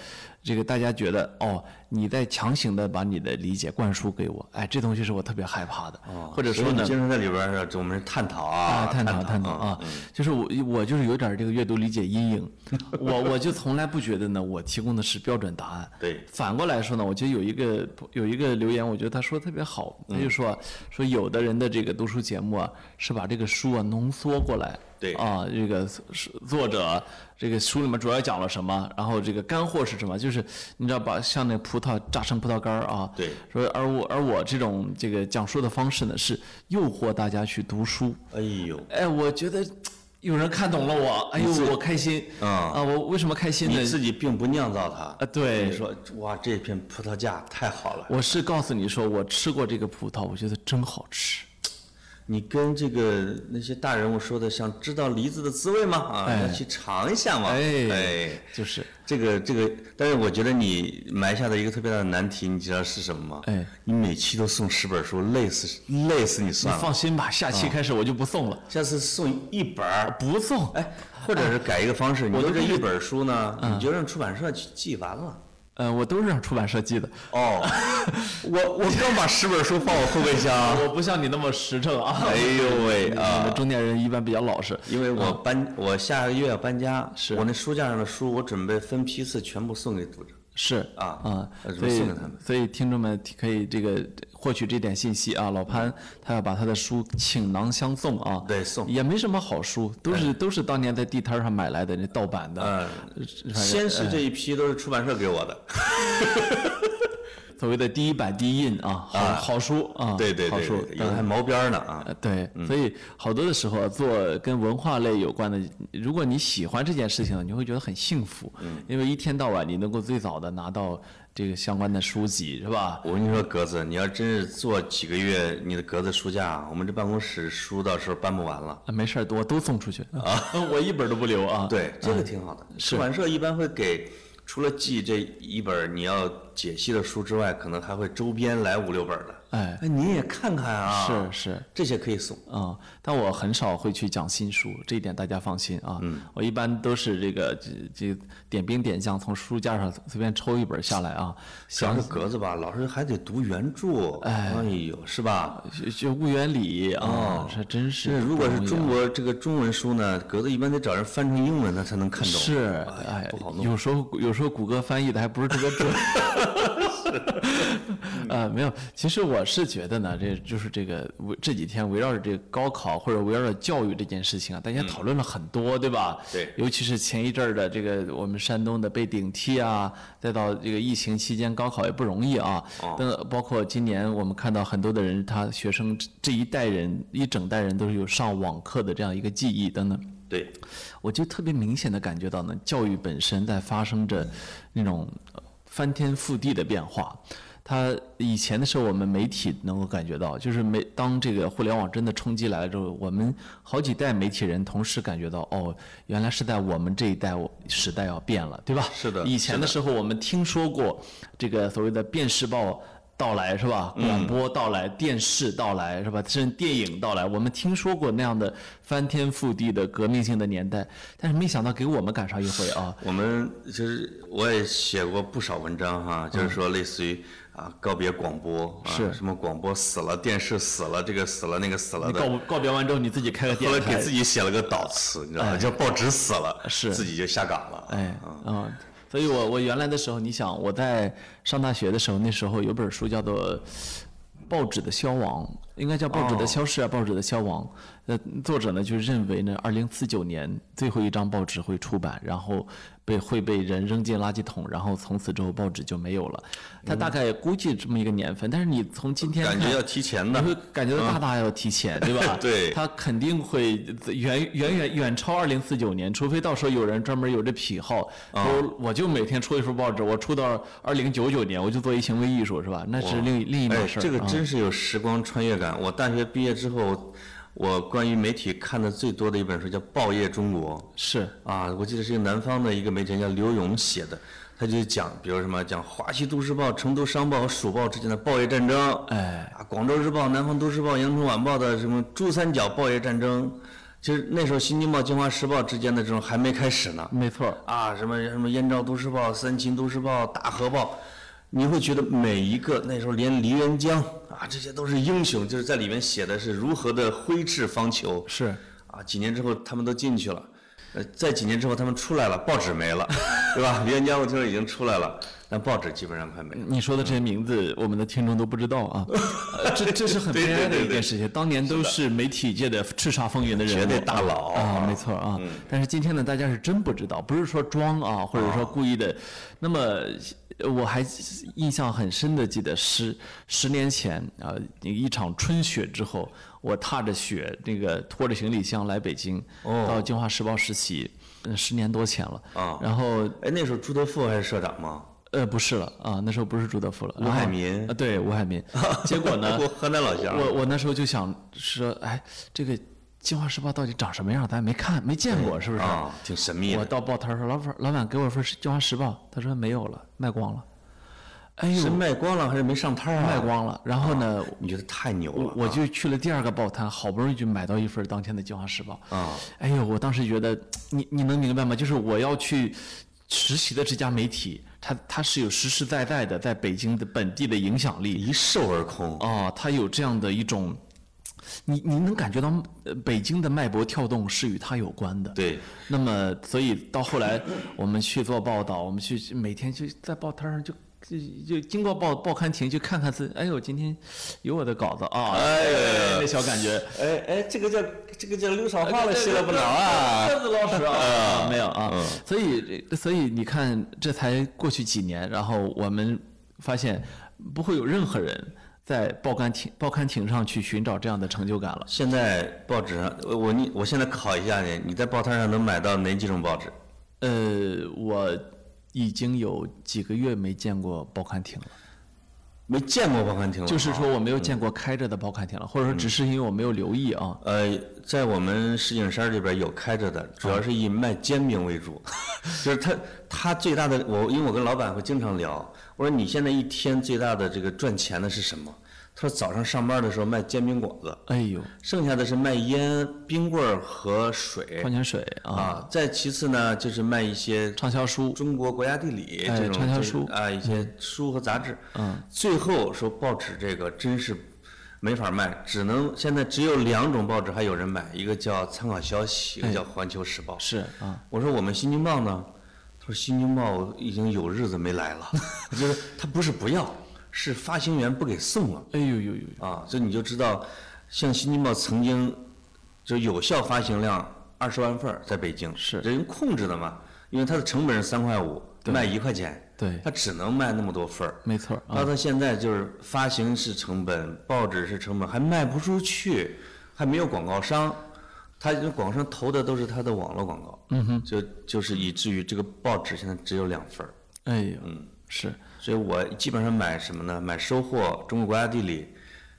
[SPEAKER 1] 这个大家觉得哦，你在强行的把你的理解灌输给我，哎，这东西是我特别害怕的，
[SPEAKER 2] 哦
[SPEAKER 1] 或者
[SPEAKER 2] 所
[SPEAKER 1] 说
[SPEAKER 2] 以
[SPEAKER 1] 呢
[SPEAKER 2] 你，经常在里边儿是我们是探讨啊，
[SPEAKER 1] 啊，探讨探讨啊，就是我我就是有点这个阅读理解阴影，我我就从来不觉得呢，我提供的是标准答案。
[SPEAKER 2] 对
[SPEAKER 1] 反过来说呢，我觉得有一个有一个留言，我觉得他说得特别好，他就说说有的人的这个读书节目啊，是把这个书啊浓缩过来，
[SPEAKER 2] 对
[SPEAKER 1] 啊，这个是作者这个书里面主要讲了什么，然后这个干货是什么，就是你知道把像那葡萄榨成葡萄干儿啊，
[SPEAKER 2] 对
[SPEAKER 1] 说而我而我这种这个讲述的方式呢，是诱惑大家去读书，
[SPEAKER 2] 哎呦，
[SPEAKER 1] 哎，我觉得有人看懂了我，哎呦，我开心
[SPEAKER 2] 啊
[SPEAKER 1] 啊！我为什么开心
[SPEAKER 2] 你
[SPEAKER 1] 呢？
[SPEAKER 2] 自己并不酿造它
[SPEAKER 1] 啊，对
[SPEAKER 2] 你说哇，这片葡萄架太好了，
[SPEAKER 1] 我是告诉你说，我吃过这个葡萄，我觉得真好吃。
[SPEAKER 2] 你跟这个那些大人物说的，想知道梨子的滋味吗？啊，
[SPEAKER 1] 哎
[SPEAKER 2] 要去尝一下嘛。
[SPEAKER 1] 哎
[SPEAKER 2] 哎，
[SPEAKER 1] 就是，
[SPEAKER 2] 这个这个，但是我觉得你埋下的一个特别大的难题，你知道是什么吗？
[SPEAKER 1] 哎，
[SPEAKER 2] 你每期都送十本书，累死累死你
[SPEAKER 1] 你
[SPEAKER 2] 算了，
[SPEAKER 1] 放心吧，下期开始我就不送了，
[SPEAKER 2] 下次送一本儿，
[SPEAKER 1] 不送。哎，
[SPEAKER 2] 或者是改一个方式，你
[SPEAKER 1] 我
[SPEAKER 2] 就
[SPEAKER 1] 都嗯
[SPEAKER 2] 这
[SPEAKER 1] 不
[SPEAKER 2] 一本书呢，你就让出版社去寄 完了。
[SPEAKER 1] 呃，我都是让出版社寄的，
[SPEAKER 2] 哦，我我刚把十本书放我后备箱，
[SPEAKER 1] 我不像你那么实诚啊。
[SPEAKER 2] 哎呦喂
[SPEAKER 1] 你
[SPEAKER 2] 啊！
[SPEAKER 1] 们中年人一般比较老实。
[SPEAKER 2] 因为我搬，我下个月要搬家，
[SPEAKER 1] 嗯是
[SPEAKER 2] 我那书架上的书，我准备分批次全部送给读者。
[SPEAKER 1] 是
[SPEAKER 2] 啊
[SPEAKER 1] 啊
[SPEAKER 2] 呃，
[SPEAKER 1] 所以
[SPEAKER 2] 送给他们
[SPEAKER 1] 所以听众们可以这个获取这点信息啊。老潘他要把他的书倾囊相送啊，
[SPEAKER 2] 对送哎
[SPEAKER 1] 也没什么好书，都是都是当年在地摊上买来的那盗版的。
[SPEAKER 2] 嗯，
[SPEAKER 1] 呃
[SPEAKER 2] 先是这一批都是出版社给我的，
[SPEAKER 1] 所谓的第一版第一印啊，好好书啊，
[SPEAKER 2] 对对
[SPEAKER 1] 好
[SPEAKER 2] 对
[SPEAKER 1] 书
[SPEAKER 2] 对，有的还毛边儿呢啊。
[SPEAKER 1] 呃对，所以好多的时候啊做跟文化类有关的，如果你喜欢这件事情，你会觉得很幸福，
[SPEAKER 2] 嗯
[SPEAKER 1] 因为一天到晚你能够最早的拿到这个相关的书籍，是吧？
[SPEAKER 2] 我跟你说，格子，你要真是做几个月，你的格子书架，我们这办公室书到时候搬不完了。
[SPEAKER 1] 啊，没事儿，我都送出去啊，我一本都不留啊。
[SPEAKER 2] 对，这个挺好的。出版社一般会给，除了寄这一本儿你要解析的书之外，可能还会周边来五六本儿的。
[SPEAKER 1] 哎，
[SPEAKER 2] 哎，你也看看啊。
[SPEAKER 1] 是是。
[SPEAKER 2] 这些可以送。
[SPEAKER 1] 啊、但我很少会去讲新书，这一点大家放心啊。嗯，我一般都是这个这这点兵点将，从书架上随便抽一本下来啊。
[SPEAKER 2] 主要是格子吧，老师还得读原著，哎呦，是吧？
[SPEAKER 1] 学学物原理啊，这真是
[SPEAKER 2] 哦那
[SPEAKER 1] 不容易啊。
[SPEAKER 2] 如果是中国这个中文书呢，格子一般得找人翻成英文，他才能看懂。
[SPEAKER 1] 是，
[SPEAKER 2] 哎
[SPEAKER 1] 哎
[SPEAKER 2] 呀，不好，弄。
[SPEAKER 1] 有时候有时候谷歌翻译的还不是特别 准。呃，没有，其实我是觉得呢，这就是这个围这几天围绕着这个高考或者围绕着教育这件事情啊，大家讨论了很多，对吧？
[SPEAKER 2] 嗯对
[SPEAKER 1] 尤其是前一阵儿的这个我们山东的被顶替啊，再到这个疫情期间高考也不容易啊。
[SPEAKER 2] 哦
[SPEAKER 1] 但包括今年我们看到很多的人，他学生这这一代人一整代人都是有上网课的这样一个记忆等等。
[SPEAKER 2] 对，
[SPEAKER 1] 我就特别明显的感觉到呢，教育本身在发生
[SPEAKER 2] 嗯
[SPEAKER 1] 着那种呃翻天覆地的变化。它以前的时候，我们媒体能够感觉到，就是媒当这个互联网真的冲击来了之后，我们好几代媒体人同时感觉到，哦，原来是在我们这一代我时代要变了，对吧？
[SPEAKER 2] 是的
[SPEAKER 1] 以前的时候，我们听说过这个所谓的电视报到来是吧？
[SPEAKER 2] 嗯
[SPEAKER 1] 广播到来，电视到来是吧？甚至电影到来，我们听说过那样的翻天覆地的革命性的年代，但是没想到给我们赶上一回啊！
[SPEAKER 2] 我们其实我也写过不少文章哈，就是说类似于啊告别广播，啊
[SPEAKER 1] 嗯是
[SPEAKER 2] 什么广播死了，电视死了，这个死了那个死了
[SPEAKER 1] 你
[SPEAKER 2] 的。
[SPEAKER 1] 告告别完之后，你自己开个
[SPEAKER 2] 后
[SPEAKER 1] 电
[SPEAKER 2] 来给
[SPEAKER 1] 台哎
[SPEAKER 2] 自，己写了个导词，你知道吧？叫报纸死了，
[SPEAKER 1] 是
[SPEAKER 2] 自己就下岗了。
[SPEAKER 1] 哎，啊、所以我我原来的时候，你想我在上大学的时候，那时候有本书叫做《报纸的消亡》，应该叫《报纸
[SPEAKER 2] 哦
[SPEAKER 1] 的消逝》啊，报纸的消亡》。呃，作者呢就认为呢，二零四九年最后一张报纸会出版，然后被会被人扔进垃圾桶，然后从此之后报纸就没有了。他大概估计这么一个年份，但是你从今天
[SPEAKER 2] 嗯感
[SPEAKER 1] 看
[SPEAKER 2] 觉要提前
[SPEAKER 1] 你
[SPEAKER 2] 的。？
[SPEAKER 1] 会感觉到大大要提前，对吧
[SPEAKER 2] 对
[SPEAKER 1] 他肯定会远远远远超二零四九年，除非到时候有人专门有这癖好，
[SPEAKER 2] 啊
[SPEAKER 1] 我我就每天出一份报纸，我出到二零九九年，我就做一行为艺术，是吧？那是另一另一
[SPEAKER 2] 哎
[SPEAKER 1] 码，事儿。
[SPEAKER 2] 这个
[SPEAKER 1] 啊
[SPEAKER 2] 真是有时光穿越感。我大学毕业之后，我关于媒体看的最多的一本书叫《报业中国》。
[SPEAKER 1] 是
[SPEAKER 2] 啊，我记得是一个南方的一个媒体人叫刘勇写的，他就讲，比如什么讲《华西都市报》、《成都商报》和《蜀报》之间的报业战争，
[SPEAKER 1] 哎，
[SPEAKER 2] 啊，《广州日报》、《南方都市报》、《羊城晚报》的什么珠三角报业战争，其实那时候《新京报》、《京华时报》之间的这种还没开始呢，
[SPEAKER 1] 没错儿，
[SPEAKER 2] 啊，什么什么《燕赵都市报》、《三秦都市报》、《大河报》，你会觉得每一个那时候连黎元江啊，这些都是英雄，就是在里面写的是如何的挥斥方遒，
[SPEAKER 1] 是
[SPEAKER 2] 啊，几年之后他们都进去了，呃，在几年之后他们出来了，报纸没了， 对吧？原浆我听说已经出来了，但报纸基本上快没了。
[SPEAKER 1] 你说的这些名字，我们的听众都不知道 啊，呃这这是很
[SPEAKER 2] 对
[SPEAKER 1] 悲
[SPEAKER 2] 对
[SPEAKER 1] 哀的
[SPEAKER 2] 对
[SPEAKER 1] 一件事情。当年都是媒体界的叱咤风云的人物，
[SPEAKER 2] 绝对大佬
[SPEAKER 1] 啊，没错啊。
[SPEAKER 2] 嗯
[SPEAKER 1] 但是今天呢，大家是真不知道，不是说装啊，或者说故意的。那么
[SPEAKER 2] 啊
[SPEAKER 1] 呃我还印象很深的记得十十年前啊，一场春雪之后，我踏着雪，那个拖着行李箱来北京，到《京华时报》实习，呃十年多前了
[SPEAKER 2] 哦啊
[SPEAKER 1] 然后
[SPEAKER 2] 哎，那时候朱德富还是社长吗？
[SPEAKER 1] 呃，不是了啊，那时候不是朱德富了，
[SPEAKER 2] 吴海
[SPEAKER 1] 然后
[SPEAKER 2] 民
[SPEAKER 1] 啊，对，吴海 民。结果呢
[SPEAKER 2] 我，河南老乡。
[SPEAKER 1] 我我那时候就想说，哎，这个《京华时报》到底长什么样？咱没看，没见过，是不是？
[SPEAKER 2] 啊，挺神秘
[SPEAKER 1] 我
[SPEAKER 2] 的。
[SPEAKER 1] 到报摊儿说，老板，老板给我份《京华时报》，他说没有了，卖光了。哎
[SPEAKER 2] 是
[SPEAKER 1] 呦，
[SPEAKER 2] 卖光了还是没上摊儿啊？
[SPEAKER 1] 卖。光了。然后呢，
[SPEAKER 2] 你觉得太牛
[SPEAKER 1] 我
[SPEAKER 2] 了。
[SPEAKER 1] 我就去了第二个报摊，好不容易就买到一份当天的《京华时报》
[SPEAKER 2] 啊。
[SPEAKER 1] 哎呦，我当时觉得，你你能明白吗？就是我要去实习的这家媒体，它它是有实实在在的在北京的本地的影响力
[SPEAKER 2] 一售而空。
[SPEAKER 1] 哦，它有这样的一种，你你能感觉到呃北京的脉搏跳动是与它有关的。
[SPEAKER 2] 对，
[SPEAKER 1] 那么，所以到后来我们去做报道，我们去每天去在报摊上就就就经过报报刊亭去看看自，哎呦，今天有我的稿子啊，
[SPEAKER 2] 哎呦
[SPEAKER 1] 那小感觉。
[SPEAKER 2] 哎哎，这个叫这个叫刘少
[SPEAKER 1] 哎
[SPEAKER 2] 华了，谢了不
[SPEAKER 1] 了
[SPEAKER 2] 了啊。
[SPEAKER 1] 这子老师啊，没有啊，
[SPEAKER 2] 嗯
[SPEAKER 1] 所以所以你看，这才过去几年，然后我们发现不会有任何人在报刊亭报刊亭上去寻找这样的成就感了。
[SPEAKER 2] 现在报纸上，我我你我现在考一下你，你在报摊上能买到哪几种报纸？
[SPEAKER 1] 呃，我已经有几个月没见过报刊亭了。
[SPEAKER 2] 没见过报刊亭了。啊
[SPEAKER 1] 就是说我没有见过开着的报刊亭了，或者说只是因为我没有留意啊。
[SPEAKER 2] 呃，在我们石景山这边有开着的，主
[SPEAKER 1] 嗯
[SPEAKER 2] 要是以卖煎饼为主， 就是他他最大的我，因为我跟老板会经常聊，我说你现在一天最大的这个赚钱的是什么？他说早上上班的时候卖煎饼果子，
[SPEAKER 1] 哎呦，
[SPEAKER 2] 剩下的是卖烟、冰棍儿和水
[SPEAKER 1] 矿泉水啊，
[SPEAKER 2] 啊，再其次呢就是卖一些
[SPEAKER 1] 畅销书，
[SPEAKER 2] 中国国家地理
[SPEAKER 1] 哎
[SPEAKER 2] 这种
[SPEAKER 1] 畅销
[SPEAKER 2] 就是
[SPEAKER 1] 书嗯
[SPEAKER 2] 啊，一些书和杂志。嗯，最后说报纸这个真是没法卖，只能现在只有两种报纸还有人买，一个叫《参考消息》，一
[SPEAKER 1] 哎
[SPEAKER 2] 个叫《环球时报》。
[SPEAKER 1] 是啊，
[SPEAKER 2] 我说我们《新京报》呢，他说《新京报》已经有日子没来了， 就是他不是不要，是发行员不给送了。
[SPEAKER 1] 哎呦呦呦，
[SPEAKER 2] 啊，这你就知道，像《新京报》曾经就有效发行量二十万份儿在北京，
[SPEAKER 1] 是
[SPEAKER 2] 人控制的嘛，因为它的成本是三块五，卖一块钱，
[SPEAKER 1] 对
[SPEAKER 2] 它只能卖那么多份儿。
[SPEAKER 1] 没错儿啊，
[SPEAKER 2] 到它现在就是发行是成本，报纸是成本，还卖不出去，还没有广告商，它就广告商投的都是它的网络广告，嗯哼，就就是以至于这个报纸现在只有两份儿。
[SPEAKER 1] 哎呦，是
[SPEAKER 2] 所以我基本上买什么呢？买《收获》《中国国家地理》《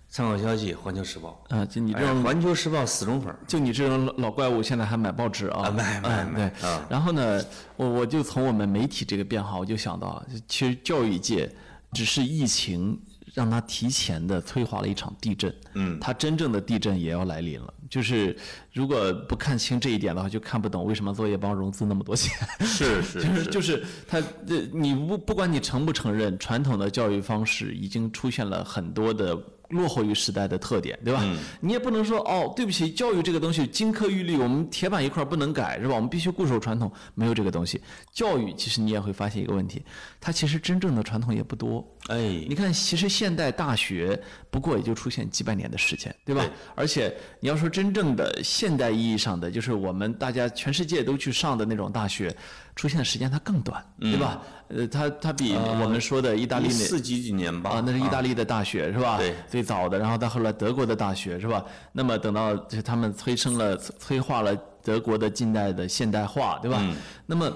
[SPEAKER 2] 参考消息》《环球时报》。
[SPEAKER 1] 啊，就你这
[SPEAKER 2] 哎呀
[SPEAKER 1] 种
[SPEAKER 2] 环球时报》死忠粉儿，
[SPEAKER 1] 就你这种老老怪物，现在还买报纸啊？
[SPEAKER 2] 啊买买
[SPEAKER 1] 嗯
[SPEAKER 2] 买
[SPEAKER 1] 对
[SPEAKER 2] 啊，
[SPEAKER 1] 然后呢，我我就从我们媒体这个变化，我就想到，就其实教育界只是疫情让它提前的催化了一场地震，嗯，它真正的地震也要来临了。就是如果不看清这一点的话，就看不懂为什么作业帮融资那么多钱。
[SPEAKER 2] 是是
[SPEAKER 1] 就是就是他，呃你不不管你承不承认，传统的教育方式已经出现了很多的落后于时代的特点，对吧？你也不能说哦，对不起，教育这个东西金科玉律，我们铁板一块儿不能改，是吧？我们必须固守传统，没有这个东西。教育其实你也会发现一个问题，它其实真正的传统也不多。
[SPEAKER 2] 哎，
[SPEAKER 1] 你看，其实现代大学不过也就出现几百年的时间，对吧？而且你要说真正的现代意义上的，就是我们大家全世界都去上的那种大学，出现的时间它更短，对吧？呃，它它比
[SPEAKER 2] 嗯呃
[SPEAKER 1] 我们说的意大利
[SPEAKER 2] 一
[SPEAKER 1] 那
[SPEAKER 2] 四几几年吧，
[SPEAKER 1] 啊，那是意大利的大学是吧？
[SPEAKER 2] 对
[SPEAKER 1] 最早的，然后到后来德国的大学是吧？那么等到就他们催生了、催催化了德国的近代的现代化，对吧？
[SPEAKER 2] 嗯
[SPEAKER 1] 那么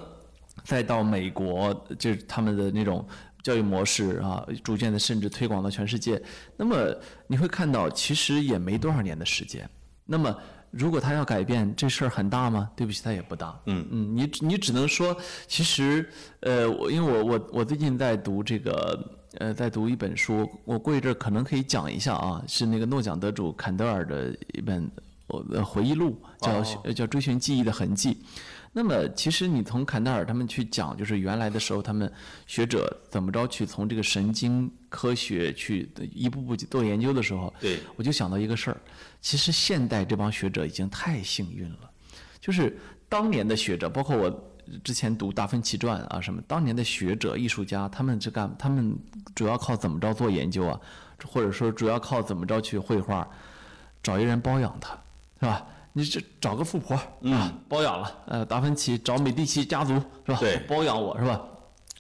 [SPEAKER 1] 再到美国，就是他们的那种教育模式啊，逐渐的甚至推广到全世界。那么你会看到，其实也没多少年的时间。那么如果他要改变这事儿很大吗？对不起，他也不大。嗯嗯，你只你只能说，其实呃，我因为我我我最近在读这个呃，在读一本书，我过一阵儿可能可以讲一下啊，是那个诺奖得主坎德尔的一本我的回忆录，叫、呃叫《追寻记忆的痕迹》。那么，其实你从坎德尔他们去讲，就是原来的时候，他们学者怎么着去从这个神经科学去一步步去做研究的时候，
[SPEAKER 2] 对，
[SPEAKER 1] 我就想到一个事儿，其实现代这帮学者已经太幸运了，就是当年的学者，包括我之前读《达芬奇传》啊什么，当年的学者、艺术家，他们是干，他们主要靠怎么着做研究啊，或者说主要靠怎么着去绘画，找一人包养他，是吧？你这找个富婆
[SPEAKER 2] 嗯
[SPEAKER 1] 啊，包养了，呃，达芬奇找美第奇家族是吧？
[SPEAKER 2] 对
[SPEAKER 1] 包养我是吧？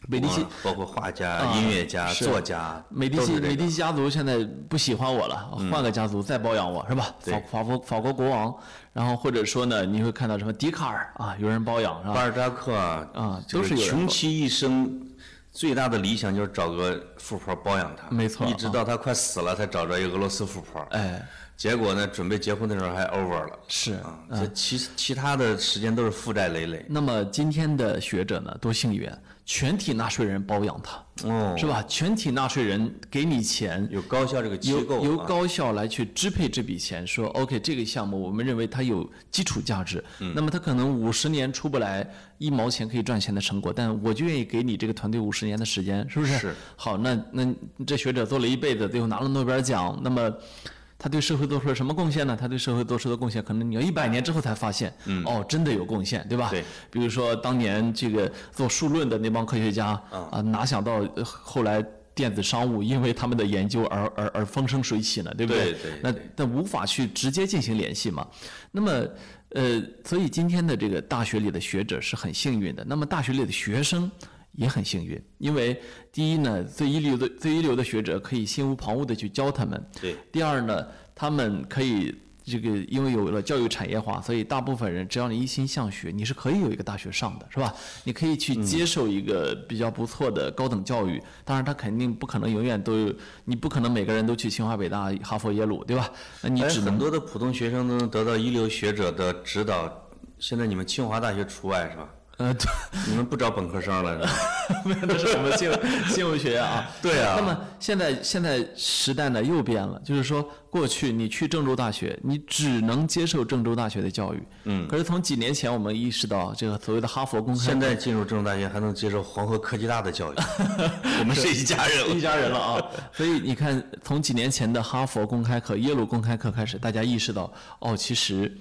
[SPEAKER 1] 美第奇
[SPEAKER 2] 啊包括画家、
[SPEAKER 1] 啊
[SPEAKER 2] 音乐家、
[SPEAKER 1] 是
[SPEAKER 2] 作家，
[SPEAKER 1] 美第
[SPEAKER 2] 都
[SPEAKER 1] 奇
[SPEAKER 2] 是这
[SPEAKER 1] 美
[SPEAKER 2] 个嗯
[SPEAKER 1] 第奇家族现在不喜欢我了，换个家族再包养我是吧？法
[SPEAKER 2] 对
[SPEAKER 1] 法国法国国王，然后或者说呢，你会看到什么笛卡尔啊，有人包养是
[SPEAKER 2] 巴
[SPEAKER 1] 吧？
[SPEAKER 2] 尔扎克啊，
[SPEAKER 1] 啊
[SPEAKER 2] 就
[SPEAKER 1] 都是有人
[SPEAKER 2] 穷其一生。最大的理想就是找个富婆包养他，
[SPEAKER 1] 没错
[SPEAKER 2] 一直到他快死了才找着一个俄罗斯富婆，
[SPEAKER 1] 哎，
[SPEAKER 2] 结果呢，准备结婚的时候还 over 了，
[SPEAKER 1] 是
[SPEAKER 2] 啊，这其其他的时间都是负债累累，
[SPEAKER 1] 那么今天的学者呢，多幸运，全体纳税人包养他，
[SPEAKER 2] 哦，
[SPEAKER 1] 是吧？全体纳税人给你钱，
[SPEAKER 2] 有高校这个机
[SPEAKER 1] 由
[SPEAKER 2] 构
[SPEAKER 1] 由
[SPEAKER 2] 啊
[SPEAKER 1] 高校来去支配这笔钱，说 OK 这个项目我们认为它有基础价值，
[SPEAKER 2] 嗯
[SPEAKER 1] 那么它可能五十年出不来一毛钱可以赚钱的成果，但我就愿意给你这个团队五十年的时间，是不是？
[SPEAKER 2] 是。
[SPEAKER 1] 好，那那这学者做了一辈子，最后拿了诺贝尔奖，那么。他对社会做出了什么贡献呢？他对社会做出的贡献，可能你要一百年之后才发现，哦，真的有贡献，对吧？
[SPEAKER 2] 嗯对。
[SPEAKER 1] 比如说当年这个做数论的那帮科学家啊，哪想到呃后来电子商务因为他们的研究而而而风生水起呢，对不
[SPEAKER 2] 对对
[SPEAKER 1] 那但无法去直接进行联系嘛。那么，呃，所以今天的这个大学里的学者是很幸运的，那么大学里的学生也很幸运，因为第一呢，最一流的最一流的学者可以心无旁骛地去教他们，
[SPEAKER 2] 对，
[SPEAKER 1] 第二呢，他们可以这个因为有了教育产业化，所以大部分人只要你一心向学，你是可以有一个大学上的，是吧？你可以去接受一个比较不错的高等教育。当然，他肯定不可能永远都有，你不可能每个人都去清华、北大、哈佛、耶鲁，对吧？那你
[SPEAKER 2] 哎
[SPEAKER 1] 只
[SPEAKER 2] 很
[SPEAKER 1] 能
[SPEAKER 2] 多的普通学生都能得到一流学者的指导，现在你们清华大学除外是吧？
[SPEAKER 1] 呃，对
[SPEAKER 2] 你们不招本科生 了是吧？
[SPEAKER 1] 那是什么信 物信物学啊？
[SPEAKER 2] 对啊
[SPEAKER 1] 那么现在现在时代呢又变了，就是说过去你去郑州大学，你只能接受郑州大学的教育。嗯。可是从几年前我们意识到，这个所谓的哈佛公开
[SPEAKER 2] 现在进入郑州大学还能接受黄河科技大 的教育，我们是一家人了
[SPEAKER 1] 一家人了啊！所以你看，从几年前的哈佛公开课、耶鲁公开课开始，大家意识到，哦，其实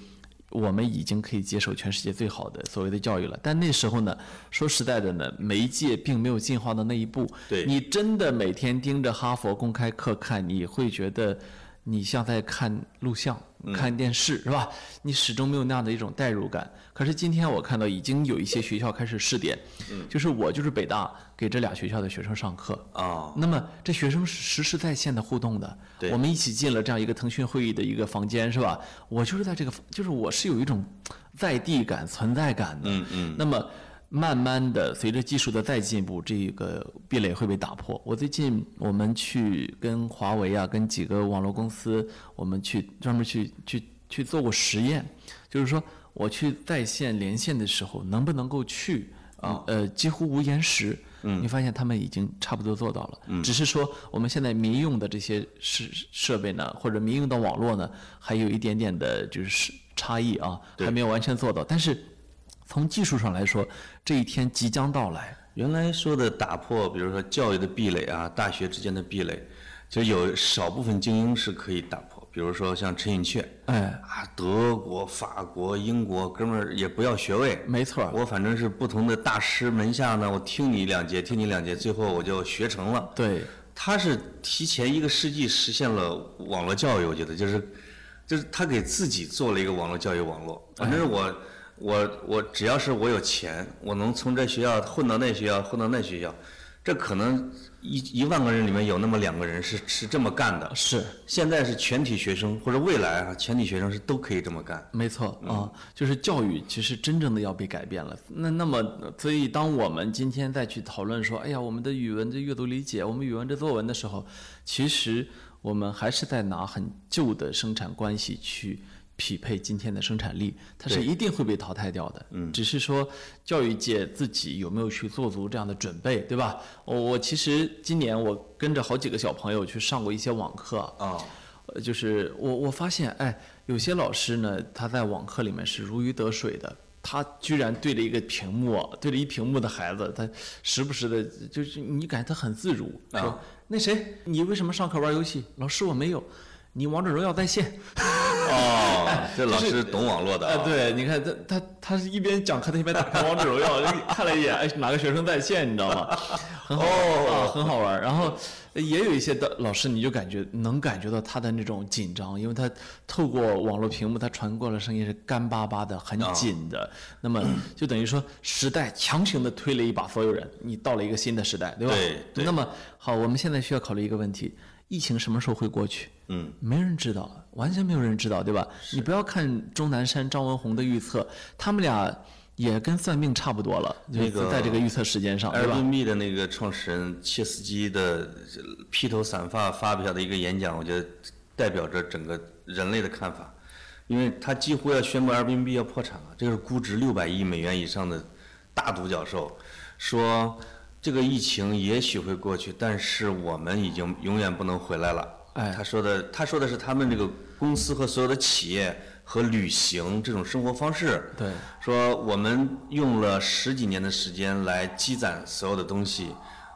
[SPEAKER 1] 我们已经可以接受全世界最好的所谓的教育了。但那时候呢，说实在的呢，媒介并没有进化到那一步。
[SPEAKER 2] 对
[SPEAKER 1] 你真的每天盯着哈佛公开课看，你会觉得你像在看录像。看电视是吧？你始终没有那样的一种代入感。可是今天我看到已经有一些学校开始试点，就是我就是北大给这俩学校的学生上课，
[SPEAKER 2] 啊。
[SPEAKER 1] 那么这学生是实时在线的互动的，
[SPEAKER 2] 对
[SPEAKER 1] 我们一起进了这样一个腾讯会议的一个房间，是吧？我就是在这个，就是我是有一种在地感、存在感的。嗯嗯。那么慢慢的，随着技术的再进步，这个壁垒会被打破。我最近我们去跟华为啊，跟几个网络公司，我们去专门去去去做过实验，就是说我去在线连线的时候，能不能够去啊、呃几乎无延时。嗯，你发现他们已经差不多做到了，嗯，只是说我们现在民用的这些设设备呢，或者民用的网络呢，还有一点点的就是差异啊，还没有完全做到。但是从技术上来说，这一天即将到来。
[SPEAKER 2] 原来说的打破，比如说教育的壁垒啊，大学之间的壁垒，就有少部分精英是可以打破，比如说像陈寅恪，
[SPEAKER 1] 哎，
[SPEAKER 2] 啊，德国、法国、英国，哥们儿也不要学位，
[SPEAKER 1] 没错儿，
[SPEAKER 2] 我反正是不同的大师门下呢，我听你两节，听你两节，最后我就学成了。
[SPEAKER 1] 对，
[SPEAKER 2] 他是提前一个世纪实现了网络教育，我觉得就是，就是他给自己做了一个网络教育网络。反正我我我只要是我有钱，我能从这学校混到那学校，混到那学校，这可能一一万个人里面有那么两个人是是这么干的。
[SPEAKER 1] 是
[SPEAKER 2] 现在是全体学生，或者未来啊，全体学生是都可以这么干。
[SPEAKER 1] 没错啊、就是教育其实真正的要被改变了。那那么，所以当我们今天再去讨论说，哎呀，我们的语文的阅读理解，我们语文的作文的时候，其实我们还是在拿很旧的生产关系去匹配今天的生产力，它是一定会被淘汰掉的。嗯，只是说教育界自己有没有去做足这样的准备，对吧？我我其实今年我跟着好几个小朋友去上过一些网课啊
[SPEAKER 2] 啊、
[SPEAKER 1] 呃，就是我我发现，哎，有些老师呢，他在网课里面是如鱼得水的，他居然对着一个屏幕，对着一屏幕的孩子，他时不时的，就是你感觉他很自如，说、
[SPEAKER 2] 啊
[SPEAKER 1] 那谁，你为什么上课玩游戏？老师我没有，你王者荣耀在线。
[SPEAKER 2] 哦，这老
[SPEAKER 1] 就是
[SPEAKER 2] 师懂网络的、
[SPEAKER 1] 哎，
[SPEAKER 2] 啊。
[SPEAKER 1] 对，你看他他他是一边讲课，他一边打开王者荣耀，看 了一眼，哎，哪个学生在线，你知道 吗？很好玩、
[SPEAKER 2] 哦
[SPEAKER 1] 啊，很好玩。然后呃也有一些的老师，你就感觉能感觉到他的那种紧张，因为他透过网络屏幕，他传过来的声音是干巴巴的，很
[SPEAKER 2] 啊
[SPEAKER 1] 紧的。那么就等于说，时代强行的推了一把所有人，你到了一个新的时代，对吧？
[SPEAKER 2] 对对
[SPEAKER 1] 那么好，我们现在需要考虑一个问题：疫情什么时候会过去？
[SPEAKER 2] 嗯，
[SPEAKER 1] 没人知道，完全没有人知道，对吧？你不要看钟南山、张文宏的预测，他们俩也跟算命差不多了，
[SPEAKER 2] 那
[SPEAKER 1] 就是
[SPEAKER 2] 个
[SPEAKER 1] 在这个预测时间上，对吧？
[SPEAKER 2] Airbnb 的那个创始人切斯基的这披头散发发表的一个演讲，我觉得代表着整个人类的看法，因为他几乎要宣布 Airbnb 要破产了，这个是估值六百亿美元以上的大独角兽，说这个疫情也许会过去，但是我们已经永远不能回来了。
[SPEAKER 1] 哎
[SPEAKER 2] 他说的，他说的是他们这个公司和所有的企业和旅行这种生活方式，
[SPEAKER 1] 对，
[SPEAKER 2] 说我们用了十几年的时间来积攒所有的东西，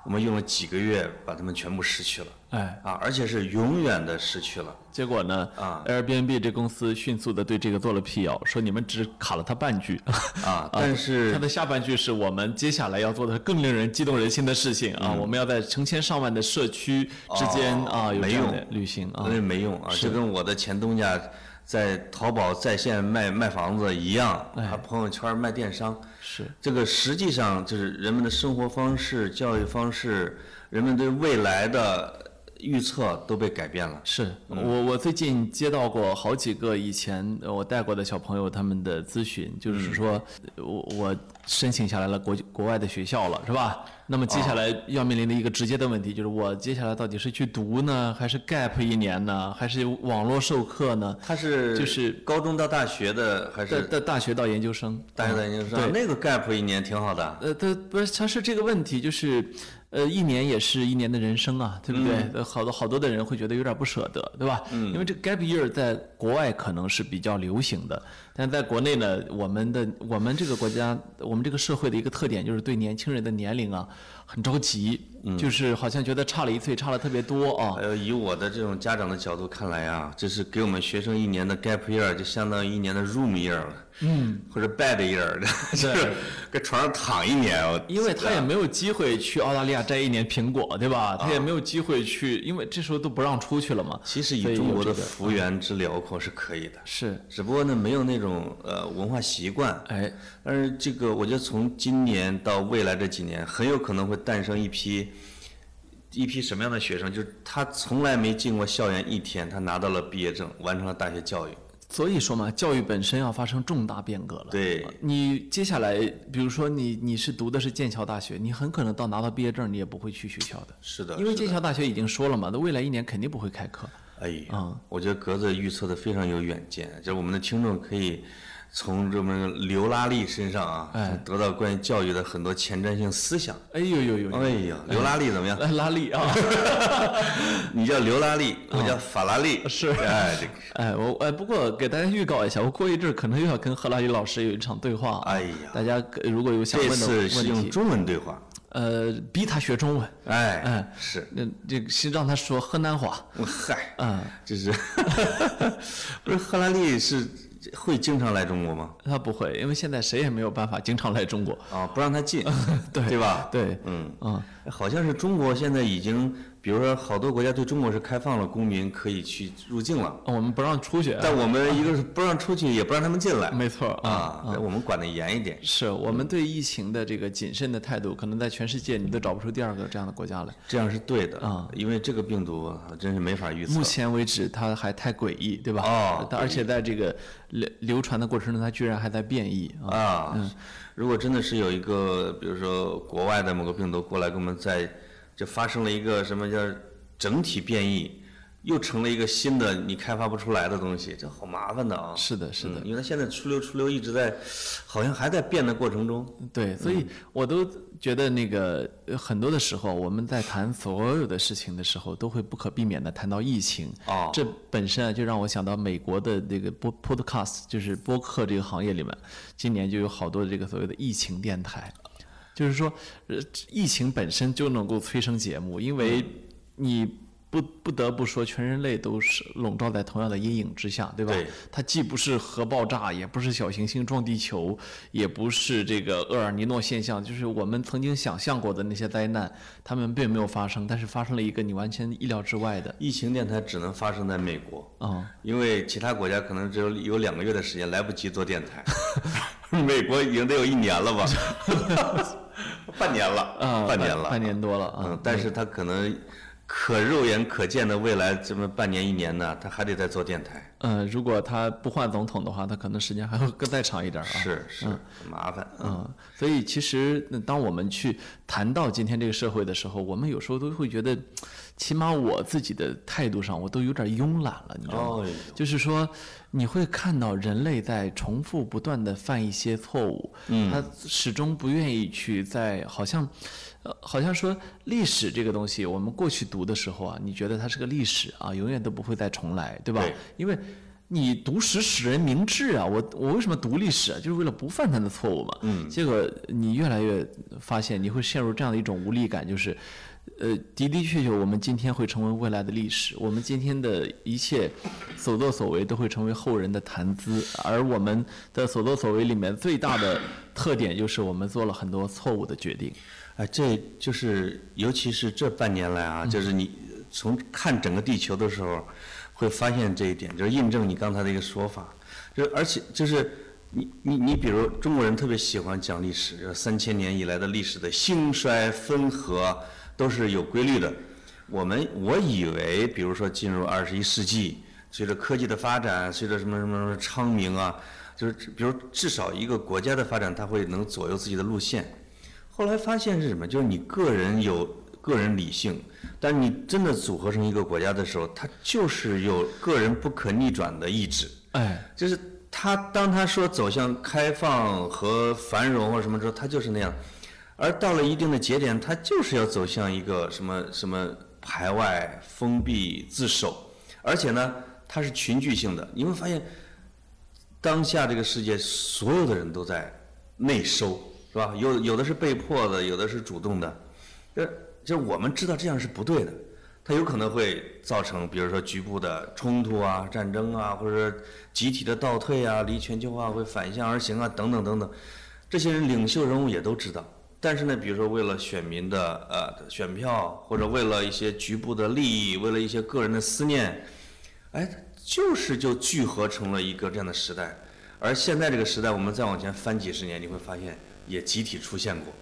[SPEAKER 2] 我们用了几个月把它们全部失去了
[SPEAKER 1] 哎，
[SPEAKER 2] 啊，而且是永远的失去了。
[SPEAKER 1] 结果呢、
[SPEAKER 2] 啊
[SPEAKER 1] a i r b n b 这公司迅速的对这个做了辟谣，说你们只卡了它半 句，
[SPEAKER 2] 啊但是
[SPEAKER 1] 它的下半句是我们接下来要做的更令人激动人心的事情啊，我们要在成千上万的社区之间、
[SPEAKER 2] 哦
[SPEAKER 1] 啊有
[SPEAKER 2] 没
[SPEAKER 1] 这样
[SPEAKER 2] 用
[SPEAKER 1] 的旅行啊
[SPEAKER 2] 那，没用啊，就跟我的前东家在淘宝在线卖卖房子一样，啊，朋友圈卖电商。
[SPEAKER 1] 是
[SPEAKER 2] 这个实际上就是人们的生活方式、教育方式，人们对未来的预测都被改变了。
[SPEAKER 1] 是我我最近接到过好几个以前呃我带过的小朋友他们的咨询，就是说呃我我申请下来了国际国外的学校了，是吧？那么接下来要面临的一个直接的问题就是，我接下来到底是去读呢，还是 gap 一年呢，还是网络授课呢？
[SPEAKER 2] 它是
[SPEAKER 1] 就是
[SPEAKER 2] 高中到大学的还
[SPEAKER 1] 在
[SPEAKER 2] 是
[SPEAKER 1] 在大学到研究生，
[SPEAKER 2] 大学在研究
[SPEAKER 1] 嗯对
[SPEAKER 2] 生？那个 gap 一年挺好的。
[SPEAKER 1] 呃，他不是，他是这个问题，就是，呃，一年也是一年的人生啊，对不
[SPEAKER 2] 嗯
[SPEAKER 1] 对？呃好多好多的人会觉得有点不舍得，对吧？嗯，因为这个 gap year 在国外可能是比较流行的，但在国内呢，我们的我们这个国家，我们这个社会的一个特点就是对年轻人的年龄啊很着急，
[SPEAKER 2] 嗯
[SPEAKER 1] 就是好像觉得差了一岁，差了特别多啊。
[SPEAKER 2] 还有以我的这种家长的角度看来啊，这是给我们学生一年的 gap year，就相当于一年的 room year 了，嗯，或者 bed year，就是搁床上躺一年。我
[SPEAKER 1] 因为
[SPEAKER 2] 啊
[SPEAKER 1] 他也没有机会去澳大利亚摘一年苹果，对吧？他也没有机会去，因为这时候都不让出去了嘛。
[SPEAKER 2] 啊其实以
[SPEAKER 1] 所以
[SPEAKER 2] 中
[SPEAKER 1] 有
[SPEAKER 2] 国
[SPEAKER 1] 这
[SPEAKER 2] 的
[SPEAKER 1] 个
[SPEAKER 2] 幅员之辽阔是可以的，
[SPEAKER 1] 是，
[SPEAKER 2] 只不过呢没有那种呃文化习惯。
[SPEAKER 1] 哎，
[SPEAKER 2] 但是这个，我觉得从今年到未来这几年，很有可能会诞生一批一批什么样的学生？就是他从来没进过校园一天，他拿到了毕业证，完成了大学教育。
[SPEAKER 1] 所以说嘛，教育本身要发生重大变革了。
[SPEAKER 2] 对，
[SPEAKER 1] 你接下来，比如说你你是读的是剑桥大学，你很可能到拿到毕业证，你也不会去学校的，
[SPEAKER 2] 是的，
[SPEAKER 1] 因为剑
[SPEAKER 2] 是的
[SPEAKER 1] 桥大学已经说了嘛，那未来一年肯定不会开课。
[SPEAKER 2] 哎呀，
[SPEAKER 1] 嗯
[SPEAKER 2] 我觉得格子预测的非常有远见，就是我们的听众可以从这么刘拉力身上啊，
[SPEAKER 1] 哎
[SPEAKER 2] 得到关于教育的很多前瞻性思想。
[SPEAKER 1] 哎呦呦呦
[SPEAKER 2] 哎呀，刘拉力怎么样？
[SPEAKER 1] 呦，拉力啊！
[SPEAKER 2] 你叫刘拉力，我叫法拉利。
[SPEAKER 1] 啊是
[SPEAKER 2] 哎，这个，
[SPEAKER 1] 哎，我哎，不过给大家预告一下，我过一阵儿可能又要跟何拉里老师有一场对话啊。
[SPEAKER 2] 哎呀
[SPEAKER 1] 大家呃如果有想问
[SPEAKER 2] 这
[SPEAKER 1] 的
[SPEAKER 2] 次是
[SPEAKER 1] 问
[SPEAKER 2] 用
[SPEAKER 1] 题，
[SPEAKER 2] 中文对话。
[SPEAKER 1] 呃，逼他学中文，
[SPEAKER 2] 哎
[SPEAKER 1] 哎，
[SPEAKER 2] 是，
[SPEAKER 1] 那这个是让他说河南话。
[SPEAKER 2] 我嗨，
[SPEAKER 1] 嗯，
[SPEAKER 2] 就是 不是赫拉利是会经常来中国吗？哦
[SPEAKER 1] 他不会，因为现在谁也没有办法经常来中国。
[SPEAKER 2] 啊，不让他进，
[SPEAKER 1] 对
[SPEAKER 2] 对吧？
[SPEAKER 1] 对，
[SPEAKER 2] 嗯，
[SPEAKER 1] 嗯，
[SPEAKER 2] 好像是中国现在已经比如说好多国家对中国是开放了，公民可以去入境了，
[SPEAKER 1] 啊我们不让出去，
[SPEAKER 2] 但我们一个是不让出去，也不让他们进来
[SPEAKER 1] 嗯没嗯错
[SPEAKER 2] 啊，我们管得严一点。
[SPEAKER 1] 是我们对疫情的这个谨慎的态度，可能在全世界你都找不出第二个这样的国家来。
[SPEAKER 2] 这样是对的
[SPEAKER 1] 啊，
[SPEAKER 2] 因为这个病毒啊真是没法预测
[SPEAKER 1] 目。前为止，它还太诡异，对吧？
[SPEAKER 2] 哦
[SPEAKER 1] 它而且在这个流流传的过程中，它居然还在变异啊！
[SPEAKER 2] 啊，如果真的是有一个，比如说国外的某个病毒过来跟我们在，就发生了一个什么叫整体变异，又成了一个新的你开发不出来的东西，这好麻烦的啊。
[SPEAKER 1] 是的，是的。
[SPEAKER 2] 嗯因为它现在出溜出溜一直在，好像还在变的过程中。
[SPEAKER 1] 对，所以我都觉得那个呃很多的时候，我们在谈所有的事情的时候，都会不可避免的谈到疫情。
[SPEAKER 2] 哦
[SPEAKER 1] 这本身啊，就让我想到美国的这个播 podcast，就是播客这个行业里面，今年就有好多这个所谓的疫情电台，就是说，呃，疫情本身就能够催生节目，因为你。不不得不说，全人类都是笼罩在同样的阴影之下，对吧？
[SPEAKER 2] 对
[SPEAKER 1] 它既不是核爆炸，也不是小行星撞地球，也不是这个厄尔尼诺现象，就是我们曾经想象过的那些灾难，它们并没有发生，但是发生了一个你完全意料之外的。
[SPEAKER 2] 疫情电台只能发生在美国，
[SPEAKER 1] 嗯，
[SPEAKER 2] 因为其他国家可能只有有两个月的时间，来不及做电台。 美国已经得有一年了 吧？半年了，
[SPEAKER 1] 啊，
[SPEAKER 2] 半年了，
[SPEAKER 1] 半年多了
[SPEAKER 2] 嗯
[SPEAKER 1] 啊，，
[SPEAKER 2] 但是他可能可肉眼可见的未来这么半年一年呢，他还得再做电台。
[SPEAKER 1] 嗯，如果他不换总统的话，他可能时间还会更再长一点啊。
[SPEAKER 2] 是是，很麻烦。
[SPEAKER 1] 嗯，所以其实那当我们去谈到今天这个社会的时候，我们有时候都会觉得，起码我自己的态度上，我都有点慵懒了，你知道吗？
[SPEAKER 2] 哦，
[SPEAKER 1] 就是说，你会看到人类在重复不断的犯一些错误，
[SPEAKER 2] 嗯
[SPEAKER 1] 他始终不愿意去在好像，呃，好像说历史这个东西，我们过去读的时候啊，你觉得它是个历史啊，永远都不会再重来，对吧？
[SPEAKER 2] 对
[SPEAKER 1] 因为。你读史使人明智啊！我我为什么读历史啊？就是为了不犯他的错误嘛。嗯。结果你越来越发现，你会陷入这样的一种无力感，就是，呃，的的确确，我们今天会成为未来的历史，我们今天的一切所作所为都会成为后人的谈资，而我们的所作所为里面最大的特点就是我们做了很多错误的决定。
[SPEAKER 2] 哎，这就是，尤其是这半年来啊，就是你从看整个地球的时候，会发现这一点，就是印证你刚才的一个说法。就是而且就是你你你，比如中国人特别喜欢讲历史，就是三千年以来的历史的兴衰分合都是有规律的。我们我以为，比如说进入二十一世纪，随着科技的发展，随着什么什么什么昌明啊，就是比如至少一个国家的发展，它会能左右自己的路线。后来发现是什么？就是你个人有个人理性，但你真的组合成一个国家的时候，它就是有个人不可逆转的意志。
[SPEAKER 1] 哎，
[SPEAKER 2] 就是他当他说走向开放和繁荣或者什么之后，他就是那样；而到了一定的节点，他就是要走向一个什么什么排外、封闭、自守，而且呢，它是群聚性的。你会发现，当下这个世界所有的人都在内收，是吧？有有的是被迫的，有的是主动的。呃，就是我们知道这样是不对的，它有可能会造成，比如说局部的冲突啊、战争啊，或者集体的倒退啊，离全球化会反向而行啊，等等等等。这些人领袖人物也都知道，但是呢，比如说为了选民的呃选票，或者为了一些局部的利益，为了一些个人的思念，哎，就是就聚合成了一个这样的时代。而现在这个时代，我们再往前翻几十年，你会发现也集体出现过，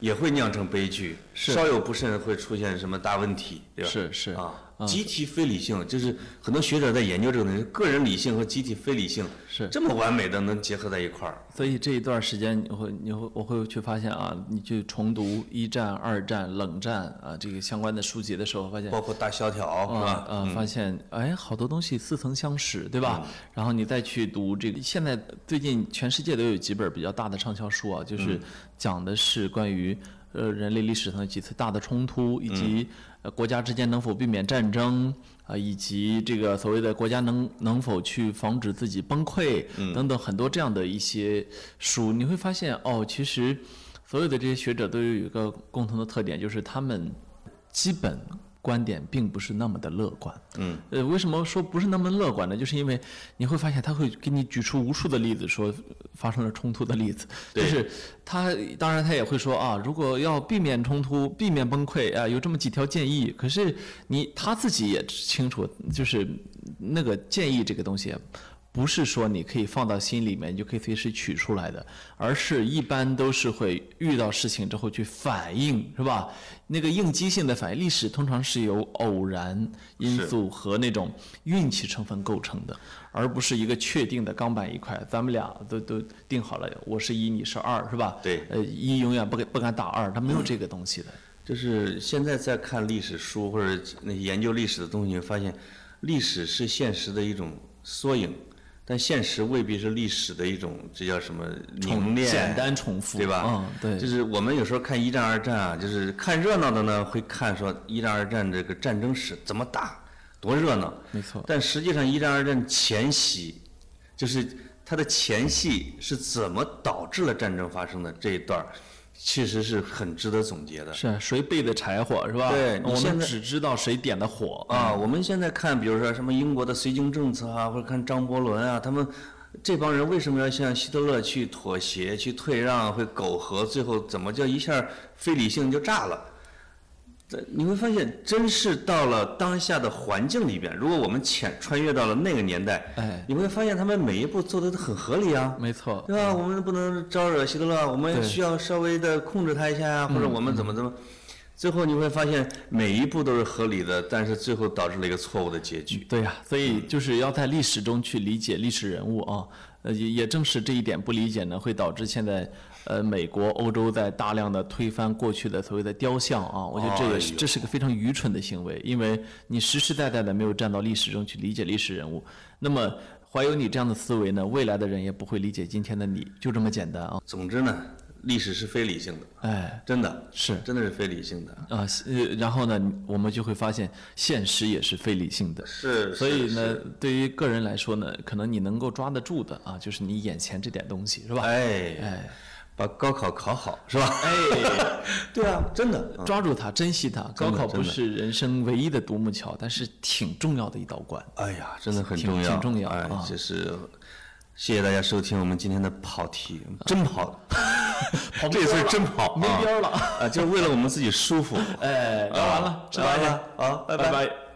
[SPEAKER 2] 也会酿成悲剧，
[SPEAKER 1] 是
[SPEAKER 2] 稍有不慎会出现什么大问题，对吧？
[SPEAKER 1] 是嗯是
[SPEAKER 2] 啊，集体非理性就是很多学者在研究这个东西，个人理性和集体非理性
[SPEAKER 1] 是
[SPEAKER 2] 这么完美的能结合在一块儿。
[SPEAKER 1] 所以这一段时间你会你会我会去发现啊，你去重读一战、二战、冷战啊这个相关的书籍的时候，发现
[SPEAKER 2] 包括大萧条，是
[SPEAKER 1] 啊
[SPEAKER 2] 吧？
[SPEAKER 1] 呃，发现哎，好多东西似曾相识，对吧？然后你再去读这个，现在最近全世界都有几本比较大的畅销书啊，就是讲的是关于呃人类历史上的几次大的冲突，以及、呃国家之间能否避免战争。啊，以及这个所谓的国家能能否去防止自己崩溃，等等很多这样的一些书，你会发现哦，其实所有的这些学者都有一个共同的特点，就是他们基本观点并不是那么的乐观。嗯，呃，为什么说不是那么乐观呢？就是因为你会发现他会给你举出无数的例子说，说发生了冲突的例子。就
[SPEAKER 2] 对
[SPEAKER 1] 是他，当然他也会说啊，如果要避免冲突、避免崩溃啊，有这么几条建议。可是你他自己也清楚，就是那个建议这个东西。不是说你可以放到心里面，你就可以随时取出来的，而是一般都是会遇到事情之后去反应，是吧？那个应激性的反应，历史通常是由偶然因
[SPEAKER 2] 是
[SPEAKER 1] 素和那种运气成分构成的，而不是一个确定的钢板一块。咱们俩都都定好了，我是一，你是二，是吧？
[SPEAKER 2] 对
[SPEAKER 1] 呃，一永远不敢不敢打二，他没有这个东 西的。
[SPEAKER 2] 就是现在在看历史书或者那些研究历史的东西，你会发现历史是现实的一种缩影，但现实未必是历史的一种，这叫什么凝
[SPEAKER 1] 重
[SPEAKER 2] 练？
[SPEAKER 1] 简单重复，
[SPEAKER 2] 对吧？
[SPEAKER 1] 嗯，对，
[SPEAKER 2] 就是我们有时候看一战、二战啊，就是看热闹的呢，会看说一战、二战这个战争史怎么打，多热闹。
[SPEAKER 1] 没错。
[SPEAKER 2] 但实际上，一战、二战前夕，就是它的前戏是怎么导致了战争发生的这一段儿，确实是很值得总结的。
[SPEAKER 1] 是啊谁备的柴火是吧？
[SPEAKER 2] 对你
[SPEAKER 1] 我
[SPEAKER 2] 现
[SPEAKER 1] 们
[SPEAKER 2] 在
[SPEAKER 1] 只知道谁点的火，
[SPEAKER 2] 啊，我们现在看，比如说什么英国的绥靖政策啊，或者看张伯伦啊，他们这帮人为什么要向希特勒去妥协、去退让、会苟合，最后怎么叫一下非理性就炸了？这你会发现，真是到了当下的环境里边，如果我们潜穿越到了那个年代，
[SPEAKER 1] 哎，
[SPEAKER 2] 你会发现他们每一步做的都很合理啊。
[SPEAKER 1] 没错，
[SPEAKER 2] 对吧？我们不能招惹希特勒，我们
[SPEAKER 1] 对
[SPEAKER 2] 需要稍微的控制他一下呀、或者我们怎么怎
[SPEAKER 1] 嗯
[SPEAKER 2] 么。最后你会发现每一步都是合理的，但是最后导致了一个错误的结局。
[SPEAKER 1] 对呀、所以
[SPEAKER 2] 嗯
[SPEAKER 1] 就是要在历史中去理解历史人物啊。呃，也也正是这一点不理解呢，会导致现在，呃，美国、欧洲在大量的推翻过去的所谓的雕像啊，我觉得这也是、
[SPEAKER 2] 哎呦
[SPEAKER 1] 这是个非常愚蠢的行为，因为你实实在在的没有站到历史中去理解历史人物。那么，怀有你这样的思维呢，未来的人也不会理解今天的你，就这么简单啊。
[SPEAKER 2] 总之呢，历史是非理性的，
[SPEAKER 1] 哎，
[SPEAKER 2] 真的
[SPEAKER 1] 是
[SPEAKER 2] 真的是非理性的。
[SPEAKER 1] 啊、呃，然后呢，我们就会发现现实也是非理性的。
[SPEAKER 2] 是
[SPEAKER 1] 所以呢，对于个人来说呢，可能你能够抓得住的啊，就是你眼前这点东西，是吧？
[SPEAKER 2] 哎，
[SPEAKER 1] 哎，
[SPEAKER 2] 把高考考好是吧？
[SPEAKER 1] 哎，
[SPEAKER 2] 对啊，真的。
[SPEAKER 1] 抓住它，珍惜它。高
[SPEAKER 2] 真的
[SPEAKER 1] 考不
[SPEAKER 2] 真的
[SPEAKER 1] 是人生唯一的独木桥，但是挺重要的一道关。
[SPEAKER 2] 哎呀，真的很
[SPEAKER 1] 挺
[SPEAKER 2] 重要，
[SPEAKER 1] 挺重要
[SPEAKER 2] 哎
[SPEAKER 1] 啊，
[SPEAKER 2] 就是谢谢大家收听我们今天的跑题，真跑，
[SPEAKER 1] 跑
[SPEAKER 2] 这
[SPEAKER 1] 边
[SPEAKER 2] 次
[SPEAKER 1] 儿了
[SPEAKER 2] 真跑，
[SPEAKER 1] 没边儿了
[SPEAKER 2] 呃 啊，就是为了我们自己舒服。
[SPEAKER 1] 哎，聊完了，
[SPEAKER 2] 啊
[SPEAKER 1] 吃完了。
[SPEAKER 2] 好，拜
[SPEAKER 1] 拜拜